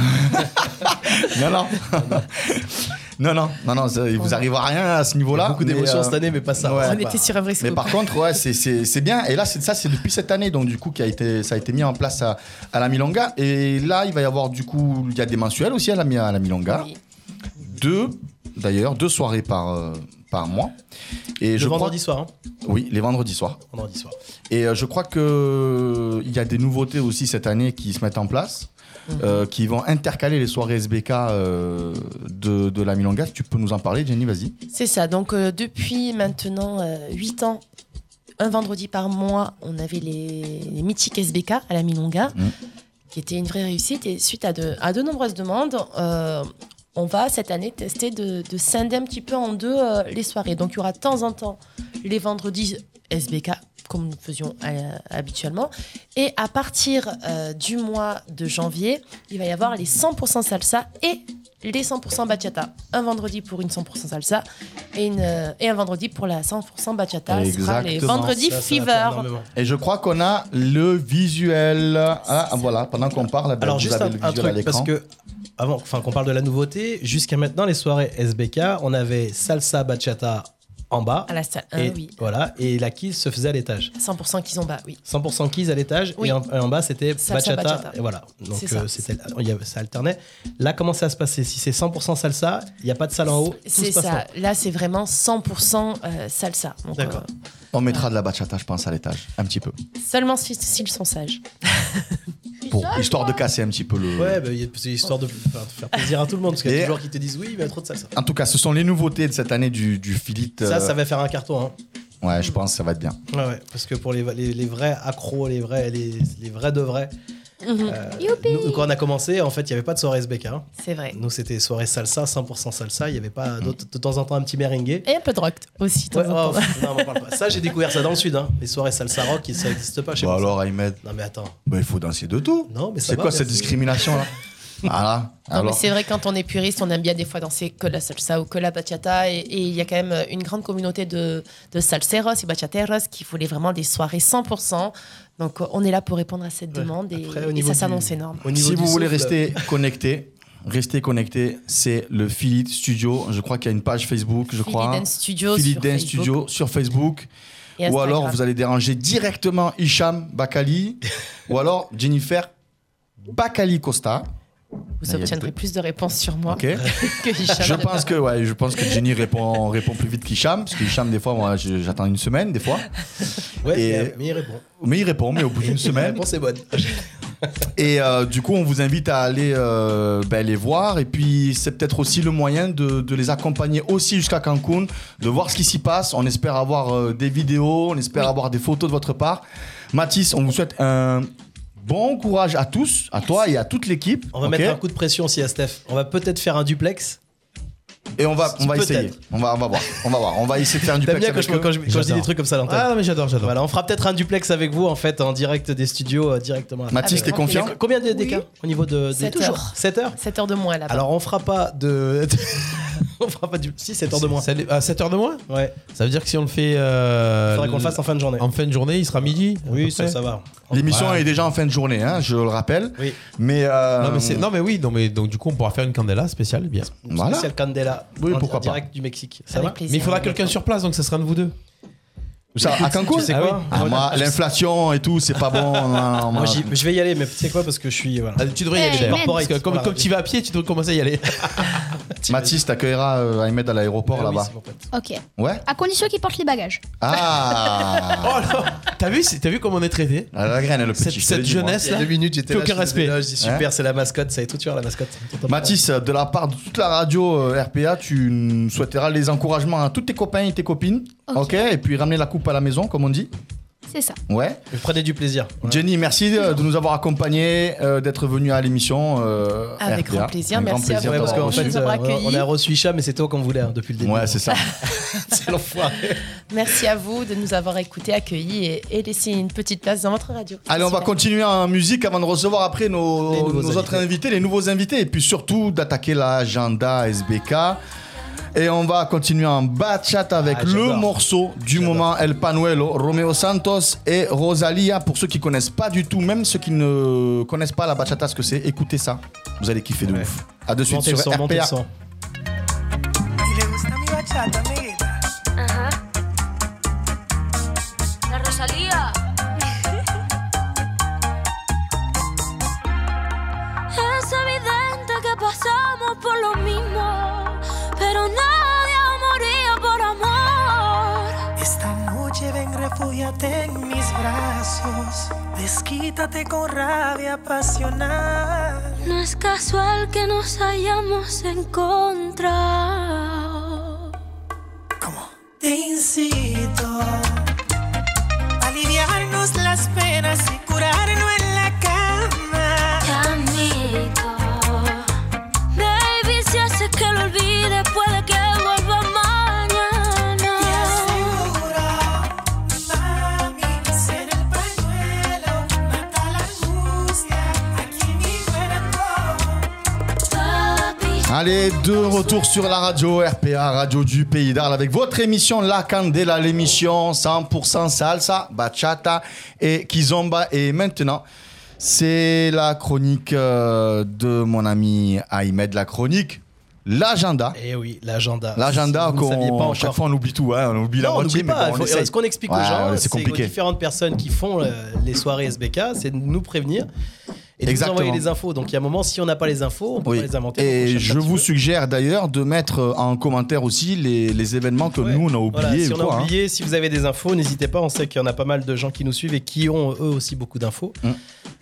D: non, non.
E: Ah
D: non, non, non, non, ça, il vous arrive à rien à ce niveau-là.
E: Beaucoup
D: mais,
E: d'émotions
D: euh,
E: cette année, mais pas ça.
D: ouais.
B: On était sur un vrai
D: Mais
B: scoop.
D: par contre, ouais, c'est- c'est c'est bien. Et là, c'est- ça, c'est depuis cette année, donc du coup, qui a été, ça a été mis en place à, à la Milonga. Et là, il va y avoir du coup, il y a des mensuels aussi à la, Mi- à la Milonga.
B: Oui.
D: Deux, d'ailleurs, deux soirées par, euh, par mois. Et
E: Le
D: je crois-
E: vendredi soir. hein.
D: oui, les vendredis soirs.
E: Vendredi soir.
D: Et euh, je crois que il y a des nouveautés aussi cette année qui se mettent en place, euh, qui vont intercaler les soirées SBK euh, de, de la Milonga. Tu peux nous en parler, Jenny, vas-y.
B: C'est ça. Donc, euh, depuis maintenant 8 ans, un vendredi par mois, on avait les, les mythiques SBK à la Milonga,
D: Mm.
B: qui était une vraie réussite. Et suite à de, à de nombreuses demandes, euh, on va cette année tester de, de scinder un petit peu en deux euh, les soirées. Donc, il y aura de temps en temps les vendredis SBK comme nous faisions euh, habituellement. Et à partir euh, du mois de janvier, il va y avoir les 100% salsa et les 100% bachata. Un vendredi pour une 100% salsa et, une, euh, et un vendredi pour la 100% bachata. Ce sera les
D: Exactement.
B: vendredis
E: Ça, ça
B: fever.
E: m'attend énormément.
D: Et je crois qu'on a le visuel. Ah, voilà, pendant qu'on parle, ben,
E: Alors
D: vous
E: juste
D: avez
E: un,
D: le
E: un
D: visuel à
E: truc parce
D: l'écran.
E: que avant, enfin qu'on parle de la nouveauté, jusqu'à maintenant les soirées SBK, on avait salsa bachata en bas
B: À la salle, hein,
E: et
B: oui.
E: voilà et la kiss se faisait à l'étage.
B: 100% qu'ils ont bas, oui.
E: 100% keys à l'étage
B: Oui.
E: et en, et en bas c'était
B: Salsa,
E: bachata,
B: bachata.
E: et voilà donc
B: C'est ça.
E: euh, c'était il y avait- ça alternait là comment ça se passait si c'est 100% salsa il n'y a pas de salle en haut tout
B: C'est
E: se passe en haut.
B: ça. Là, c'est vraiment 100% euh, salsa. Donc,
E: D'accord.
B: euh,
D: On mettra de la bachata, je pense, à l'étage, un petit peu,
B: seulement si- s'ils sont sages.
D: pour histoire de casser un petit peu le.
E: ouais bah, il y a- c'est histoire de, enfin, de faire plaisir à tout le monde parce qu'il y a
D: Et-
E: des joueurs qui te disent oui mais il y a trop de salsa
D: En tout cas, ce sont les nouveautés de cette année du, du Philite.
E: ça
D: euh,
E: ça va faire un carton hein.
D: Ouais, je pense que ça va être bien.
E: Ouais, ouais, parce que pour les, les, les vrais accros, les vrais, les, les vrais de vrais,
B: Mhm.
E: euh, nous, quand on a commencé, en fait, il n'y avait pas de soirée SBK. hein.
B: C'est vrai.
E: Nous, c'était soirée salsa, 100% salsa. Il n'y avait
D: Mhm.
E: pas d'autres- de, temps en temps un petit merengue.
B: Et un peu de rock aussi. de temps
E: Ouais,
B: en
E: oh,
B: temps.
E: pff, non, on en parle pas. Ça, j'ai découvert ça dans le sud. hein. Les soirées salsa rock, ça n'existe pas chez
D: Bon,
E: moi.
D: alors, Ahmed,
E: Non, mais attends.
D: bah, il faut danser de tout.
E: Non, mais ça
D: C'est
E: va,
D: quoi cette
E: merci.
D: discrimination là Voilà.
B: Non, mais
D: alors,
B: c'est vrai, quand on est puriste, on aime bien des fois danser que la salsa ou que la bachata. Et et il y a quand même euh, une grande communauté de, de salseros et bachateros qui voulaient vraiment des soirées 100%. Donc euh, on est là pour répondre à cette
E: Ouais.
B: demande et,
E: Après,
B: et
E: niveau
B: ça
E: du-
B: s'annonce énorme.
E: au niveau
D: si
E: du
D: vous voulez
E: souffle,
D: rester connecté, restez connecté. C'est le Philite Studio. Je crois qu'il y a une page Facebook, je crois.
B: Philly Dance Studio
D: Philly
B: sur
D: Dance
B: Facebook
D: Studio sur Facebook.
B: et
D: Ou
B: Instagram.
D: alors vous allez déranger directement Hicham Bakali ou alors Jennifer Bakali Costa. Ah,
B: Vous obtiendrez plus de réponses sur moi
D: Ok.
B: que Hicham.
D: Je pense que ouais, je pense que Jenny répond répond plus vite qu'Hicham parce que Hicham des fois moi je- j'attends une semaine des fois,
E: euh, Ouais,
D: Et-
E: mais, mais il répond.
D: mais il répond mais au bout d'une
E: La
D: semaine.
E: réponse est bonne.
D: Et euh, du coup, on vous invite à aller euh, ben, les voir. Et puis, c'est peut-être aussi le moyen de, de les accompagner aussi jusqu'à Cancun, de voir ce qui s'y passe. On espère avoir euh, des vidéos, on espère avoir des photos de votre part. Mathis, on vous souhaite un bon courage à tous, à toi et à toute l'équipe.
E: On va
D: ok
E: mettre un coup de pression aussi à Steph. On va peut-être faire un duplex.
D: Et on va, on va
E: Peut-être.
D: essayer. On va, on va voir. On va voir. On va essayer de faire du
E: T'aimes
D: pex
E: bien quand
D: avec
E: je,
D: eux.
E: quand je- quand je dis des
F: J'adore.
E: trucs comme ça à l'antenne.
F: Ah non, mais j'adore, j'adore.
E: Voilà, on fera peut-être un duplex avec vous en fait en direct des studios euh, directement.
B: Avec
D: Mathis, t'es
B: Ah, grand
D: confiant
B: plaisir.
E: Combien de des cas au niveau de,
B: Sept heures.
E: 7 heures
B: 7 heures de moins là-bas.
E: Alors on fera pas de on fera pas du si 7 heures de moins.
F: Ça- À 7h Ah, de moins
E: Ouais,
F: Ça veut dire que si on le fait. euh,
E: faudra qu'on le fasse en fin de journée.
F: en fin de journée, il sera midi. à peu
E: Oui, ça,
F: près.
E: ça va.
D: L'émission
E: Ouais.
D: est déjà en fin de journée, hein, je le rappelle.
E: Oui.
D: Mais, euh,
F: Non mais, c'est- non mais oui, non mais donc du coup on pourra faire une candela spéciale, bien.
D: voilà.
E: Spécial Candela.
D: Oui,
E: en-
D: pourquoi
E: en
D: pas.
E: Direct du Mexique. Ça
B: Avec
E: va
B: plaisir.
F: Mais il faudra quelqu'un sur place, donc ça sera un de vous deux.
D: Ça, à Cancun
E: Tu sais quoi
D: Ah, moi, l'inflation et tout, c'est pas bon. Non, non, non,
E: Moi, j'y- je vais y aller mais tu sais quoi parce que je suis voilà.
F: Ah, tu devrais y aller
H: Eh,
F: d'ailleurs.
H: même.
F: Parce que comme,
E: Voilà.
F: comme tu vas à pied, tu devrais commencer à y aller.
D: Mathis t'accueillera euh, Ahmed à l'aéroport
E: Ah oui,
D: là-bas.
E: c'est mon pote.
H: Ok.
D: Ouais
H: À condition qu'ils portent les bagages.
D: Ah
F: Oh non T'as vu, c'est- t'as vu comment on est traité
D: Ah, La graine, le petit.
F: Cette-
D: je te
F: cette
D: l'ai dit, moi.
F: jeunesse.
E: Il y a deux minutes, j'étais
F: Plus
E: là,
F: aucun
E: je faisais des
F: respect.
E: loges, je dis, super, c'est la mascotte, ça y est tout tu vois, la mascotte.
D: Mathis, euh, de la part de toute la radio euh, RPA, tu nous souhaiteras les encouragements à tous tes copains et tes copines.
H: Ok.
D: ok Et puis ramener la coupe à la maison, comme on dit.
H: C'est ça.
D: Ouais.
F: Hein
E: Prenez du plaisir. Voilà.
D: Jenny, merci euh, de nous avoir accompagnés, euh, d'être venue à l'émission. euh,
B: Avec
D: RPA.
B: grand plaisir,
D: Un grand
B: merci à
D: plaisir
B: vous.
E: Ouais, parce
D: d'avoir
E: qu'en
D: reçu.
E: fait,
B: Nous avoir
E: euh, on
B: accueillis.
E: a reçu Hicham mais c'est toi qu'on voulait hein, depuis le début.
D: Ouais, c'est ça.
E: c'est l'enfoiré.
B: Merci à vous de nous avoir écoutés, accueillis et, et laissé une petite place dans votre radio.
D: Allez, on va
B: Super.
D: continuer en musique avant de recevoir après
E: Les
D: nos,
E: nouveaux
D: nos autres
E: invités.
D: invités, les nouveaux invités, et puis surtout d'attaquer l'agenda SBK. Et on va continuer en bachata avec
E: Ah,
D: le
E: j'adore.
D: morceau du moment El Panuelo, Romeo Santos et Rosalia. Pour ceux qui connaissent pas du tout, même ceux qui ne connaissent pas la bachata, ce que c'est, écoutez ça. Vous allez kiffer de
E: Ouais.
D: ouf. À de suite
E: Montez
D: sur
E: le son, montez le
D: RPA.
E: son.
J: Y le gusta mi bachata, amiga.
K: Ajá. La Rosalía. Es evidente que pasamos por lo mismo, pero nadie moría por amor.
J: Esta noche ven, refúgiate en mis brazos. Desquítate con rabia apasional.
K: No es casual que nos hayamos encontrado.
J: Te incito a aliviarnos las penas y curarnos en la cama.
K: Te admito. Baby, si hace que lo olvide, puede que vuelva mañana.
J: Te aseguro, mami,
D: Allez, de retour sur la radio RPA, radio du Pays d'Arles, avec votre émission La Candela, l'émission 100% salsa, bachata et kizomba. Et maintenant, c'est la chronique euh, de mon ami Ahmed, la chronique, l'agenda.
E: Eh oui, l'agenda.
D: L'agenda,
E: Si vous ne saviez pas
D: qu'on,
E: encore.
D: chaque fois on oublie tout, hein, on oublie la
E: Non, on
D: moitié,
E: n'oublie
D: mais
E: pas.
D: bon, on
E: faut-
D: essaye.
E: ce qu'on explique aux
D: Ouais,
E: gens,
D: ouais,
E: c'est
D: c'est
E: aux
D: compliqué.
E: différentes personnes qui font euh, les soirées SBK, c'est de nous prévenir et de nous
D: Exactement.
E: envoyer les infos. Donc il y a un moment, si on n'a pas les infos, on peut
D: Oui.
E: pas les inventer. donc on
D: Et
E: cherche
D: je
E: un petit
D: vous
E: peu.
D: suggère d'ailleurs de mettre euh, en commentaire aussi les, les événements que nous on a
E: Voilà,
D: oubliés.
E: si
D: ou
E: on
D: quoi,
E: a
D: hein.
E: oublié, si vous avez des infos, n'hésitez pas. On sait qu'il y en a pas mal de gens qui nous suivent et qui ont eux aussi beaucoup d'infos.
D: Mm.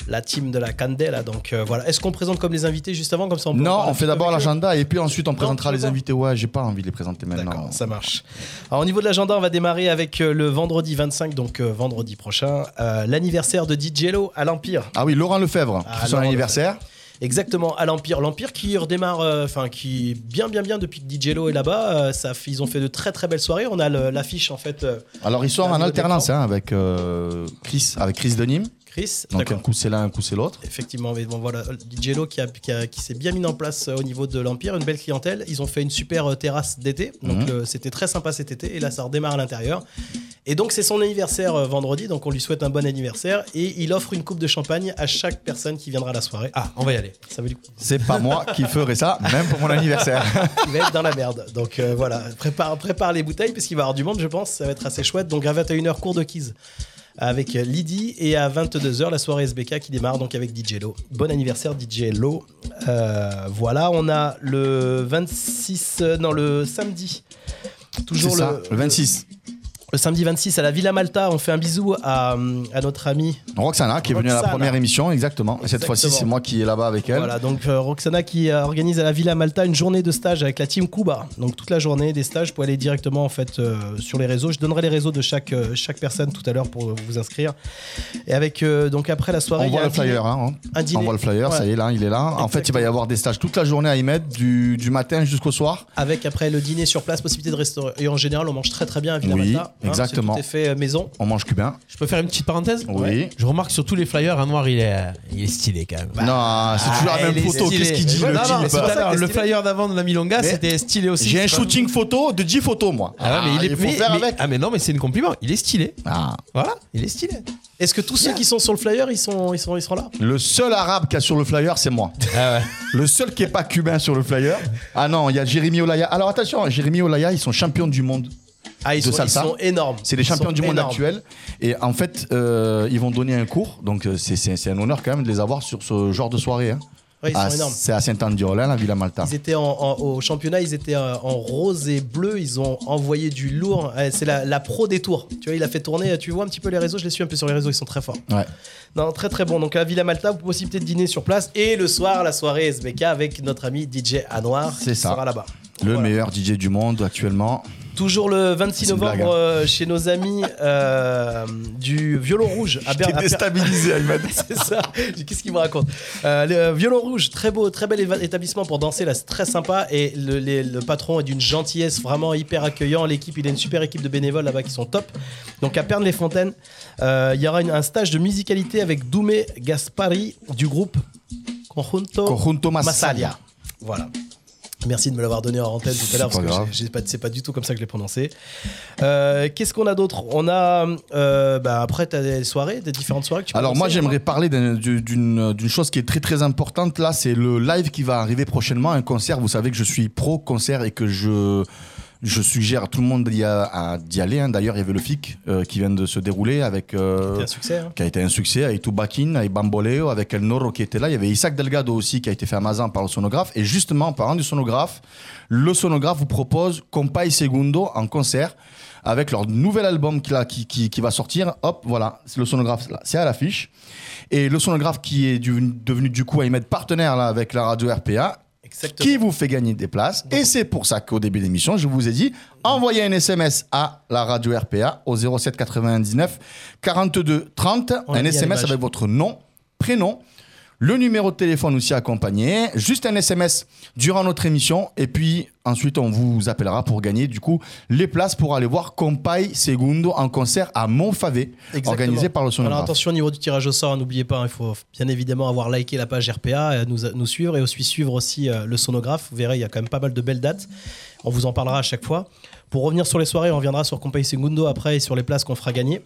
E: La team de la Candela. Donc euh, voilà. Est-ce qu'on présente comme les invités juste avant comme ça on peut en
D: Non,
E: parler
D: on
E: un
D: fait
E: petit peu
D: d'abord
E: avec eux
D: l'agenda et puis ensuite on présentera
E: tu veux
D: les
E: pas
D: invités. Ouais, j'ai pas envie de les présenter maintenant.
E: Ça marche. Alors, au niveau de l'agenda, on va démarrer avec euh, le vendredi 25, donc euh, vendredi prochain, euh, l'anniversaire de DJ Lo à l'Empire.
D: Ah oui, Laurent Lefebvre,
E: Ah,
D: pour son
E: Laurent
D: anniversaire.
E: Exactement, à l'Empire. L'Empire qui redémarre, euh, enfin qui est bien bien bien depuis que DJ Lo est là-bas. euh, ça, fait- ils ont fait de très très belles soirées. On a le- l'affiche en fait. euh,
D: Alors ils
E: à
D: sortent en
E: niveau
D: alternance hein, avec euh, Chris, avec Chris de Nîmes.
E: Chris,
D: Donc
E: d'accord.
D: un coup c'est l'un, un coup c'est l'autre.
E: Effectivement, mais bon voilà, DJ Lo qui, a- qui a- qui s'est bien mis en place euh, au niveau de l'Empire, une belle clientèle. Ils ont fait une super euh, terrasse d'été, donc
D: Mhm.
E: le- c'était très sympa cet été. Et là, ça redémarre à l'intérieur. Et donc c'est son anniversaire euh, vendredi, donc on lui souhaite un bon anniversaire. Et il offre une coupe de champagne à chaque personne qui viendra à la soirée.
F: Ah, on va y aller.
E: Ça veut dire
D: C'est pas moi qui ferai ça, même pour mon anniversaire.
E: il va être dans la merde. Donc euh, voilà, prépare, prépare les bouteilles parce qu'il va y avoir du monde, je pense. Ça va être assez chouette. Donc à 21h, cours de quiz avec euh, Lydie et à 22h, la soirée SBK qui démarre donc avec DJ Lo. Bon anniversaire, DJ Lo. Euh, voilà, on a le 26, euh, non, le samedi. Toujours
D: C'est ça,
E: le,
D: le 26.
E: le samedi 26 à la Villa Malta. On fait un bisou à, euh, à notre ami
D: Roxana qui est venue à la
E: Roxana.
D: première émission, exactement. Et cette fois-ci
E: Exactement.
D: c'est moi qui est là-bas avec elle.
E: Voilà, donc euh, Roxana qui euh, organise à la Villa Malta une journée de stage avec la team Cuba. Donc toute la journée des stages, vous pouvez aller directement en fait euh, sur les réseaux. Je donnerai les réseaux de chaque, euh, chaque personne tout à l'heure pour euh, vous inscrire. Et avec euh, donc après la soirée,
D: On
E: il y a
D: voit
E: un
D: le flyer,
E: dîner-
D: hein,
E: un
D: on
E: dîner.
D: voit le flyer, ça
E: Ouais.
D: y est là, il est là. En fait, il va y avoir des stages toute la journée à y mettre, du, du matin jusqu'au soir.
E: Avec après le dîner sur place, possibilité de restaurer. Et en général, on mange très très bien à Villa
D: Oui,
E: Malta. hein,
D: exactement.
E: c'est tout est fait euh, maison.
D: On mange cubain.
F: Je peux faire une petite parenthèse
D: Oui.
F: Je remarque sur tous les flyers, un noir, il est, il est stylé quand même.
E: Bah.
F: Ah,
D: non, c'est toujours
E: Ah,
D: la
F: il
D: même
F: est
D: photo.
F: stylé.
D: Qu'est-ce qu'il dit
F: Non,
D: le
F: non,
D: type
F: mais c'est tout à l'heure, le
D: Mais
F: flyer d'avant de la Milonga,
D: Mais-
F: c'était stylé aussi.
D: J'ai un shooting photo de 10 photos, moi.
F: Ah, ouais, mais il est
D: il faut
F: mais-
D: faire
F: mais-
D: avec.
F: Ah mais non, mais c'est une compliment. Il est stylé.
D: Ah.
F: Voilà, il est stylé.
E: Est-ce que tous ceux qui sont sur le flyer, ils sont, ils sont, ils seront là
D: Le seul arabe qui a sur le flyer, c'est moi.
F: Ah
D: Le seul qui est pas cubain sur le flyer. Ah non, il y a Jérémy Olaya. Alors attention, Jérémy Olaya, ils sont champions du monde.
E: Ah, ils
D: de
E: sont- ils
D: salsa.
E: sont énormes.
D: C'est les
E: Ils
D: champions
E: sont
D: du monde
E: énormes.
D: actuels. Et en fait, euh, ils vont donner un cours. Donc euh, c'est- c'est c'est un honneur quand même de les avoir sur ce genre de soirée. hein.
E: Ouais, ils sont
D: Ah,
E: énormes.
D: C'est à Saint-Anne-du-Rolin, la Villa Malta.
E: Ils étaient en, en- au championnat, ils étaient euh, en rose et bleu. Ils ont envoyé du lourd. Euh, C'est la, la pro des tours. Tu vois, il a fait tourner. Tu vois un petit peu les réseaux. Je les suis un peu sur les réseaux. Ils sont très forts.
D: Ouais.
E: Non, très très bon. Donc la Villa Malta, vous possibilité de dîner sur place et le soir la soirée SBK avec notre ami DJ Anouar
D: C'est
E: qui
D: ça.
E: sera là-bas.
D: Le meilleur DJ du monde actuellement.
E: Toujours le 26
D: C'est une blague,
E: novembre
D: hein.
E: euh, chez nos amis euh, du Violon Rouge à Ber- à
D: T'es
E: Ber-
D: déstabilisé, Ayman.
E: C'est ça. Qu'est-ce qu'il me raconte Euh, Le euh, Violon Rouge, très beau, très bel éva- établissement pour danser, là, c'est très sympa. Et le, les- le patron est d'une gentillesse vraiment hyper accueillant. L'équipe, il a une super équipe de bénévoles là-bas qui sont top. Donc à Pernes-les-Fontaines, euh, il y aura une- un stage de musicalité avec Doumé Gaspari du groupe Conjunto,
D: Conjunto Massalia.
E: Massalia. Voilà. Merci de me l'avoir donné en antenne tout à l'heure parce
D: C'est pas
E: que
D: grave.
E: j'ai- j'ai pas- c'est pas du tout comme ça que je l'ai prononcé. Euh, Qu'est-ce qu'on a d'autre On a euh, bah, après t'as des soirées, des différentes soirées que tu peux
D: Alors moi
E: lancer,
D: j'aimerais parler d'un- du- d'une d'une chose qui est très très importante là, c'est le live qui va arriver prochainement, un concert. Vous savez que je suis pro concert et que je je suggère à tout le monde d'y a- à- d'y aller. hein. D'ailleurs il y avait le FIC euh, qui vient de se dérouler avec euh,
E: C'est un succès. hein.
D: qui a été un succès avec Tubakin, avec Bamboleo, avec El Noro qui était là. Il y avait Isaac Delgado aussi qui a été fait à Mazan par le sonographe. Et justement, en parlant du sonographe, le sonographe vous propose Compay Segundo en concert avec leur nouvel album qui, là, qui, qui, qui va sortir. Hop, voilà, c'est le sonographe, là, c'est à l'affiche. Et le sonographe qui est du- devenu du coup Ahmed partenaire là, avec la radio RPA.
E: Exactement. Mhm.
D: Qui vous fait gagner des places. Et c'est pour ça qu'au début de l'émission, je vous ai dit, envoyez un SMS à la radio RPA au 07 99 42 30
E: On l'a
D: un
E: mis à
D: SMS
E: l'image.
D: avec votre nom, prénom, Le numéro de téléphone aussi accompagné. Juste un SMS durant notre émission. Et puis ensuite, on vous appellera pour gagner du coup les places pour aller voir Compay Segundo en concert à Montfavet, organisé par le
E: Alors
D: sonographe.
E: attention au niveau du tirage au sort, hein, n'oubliez pas, hein, il faut bien évidemment avoir liké la page RPA, et euh, nous, nous suivre et aussi suivre aussi euh, le sonographe. Vous verrez, il y a quand même pas mal de belles dates. On vous en parlera à chaque fois. Pour revenir sur les soirées, on reviendra sur Compay Segundo après et sur les places qu'on fera gagner.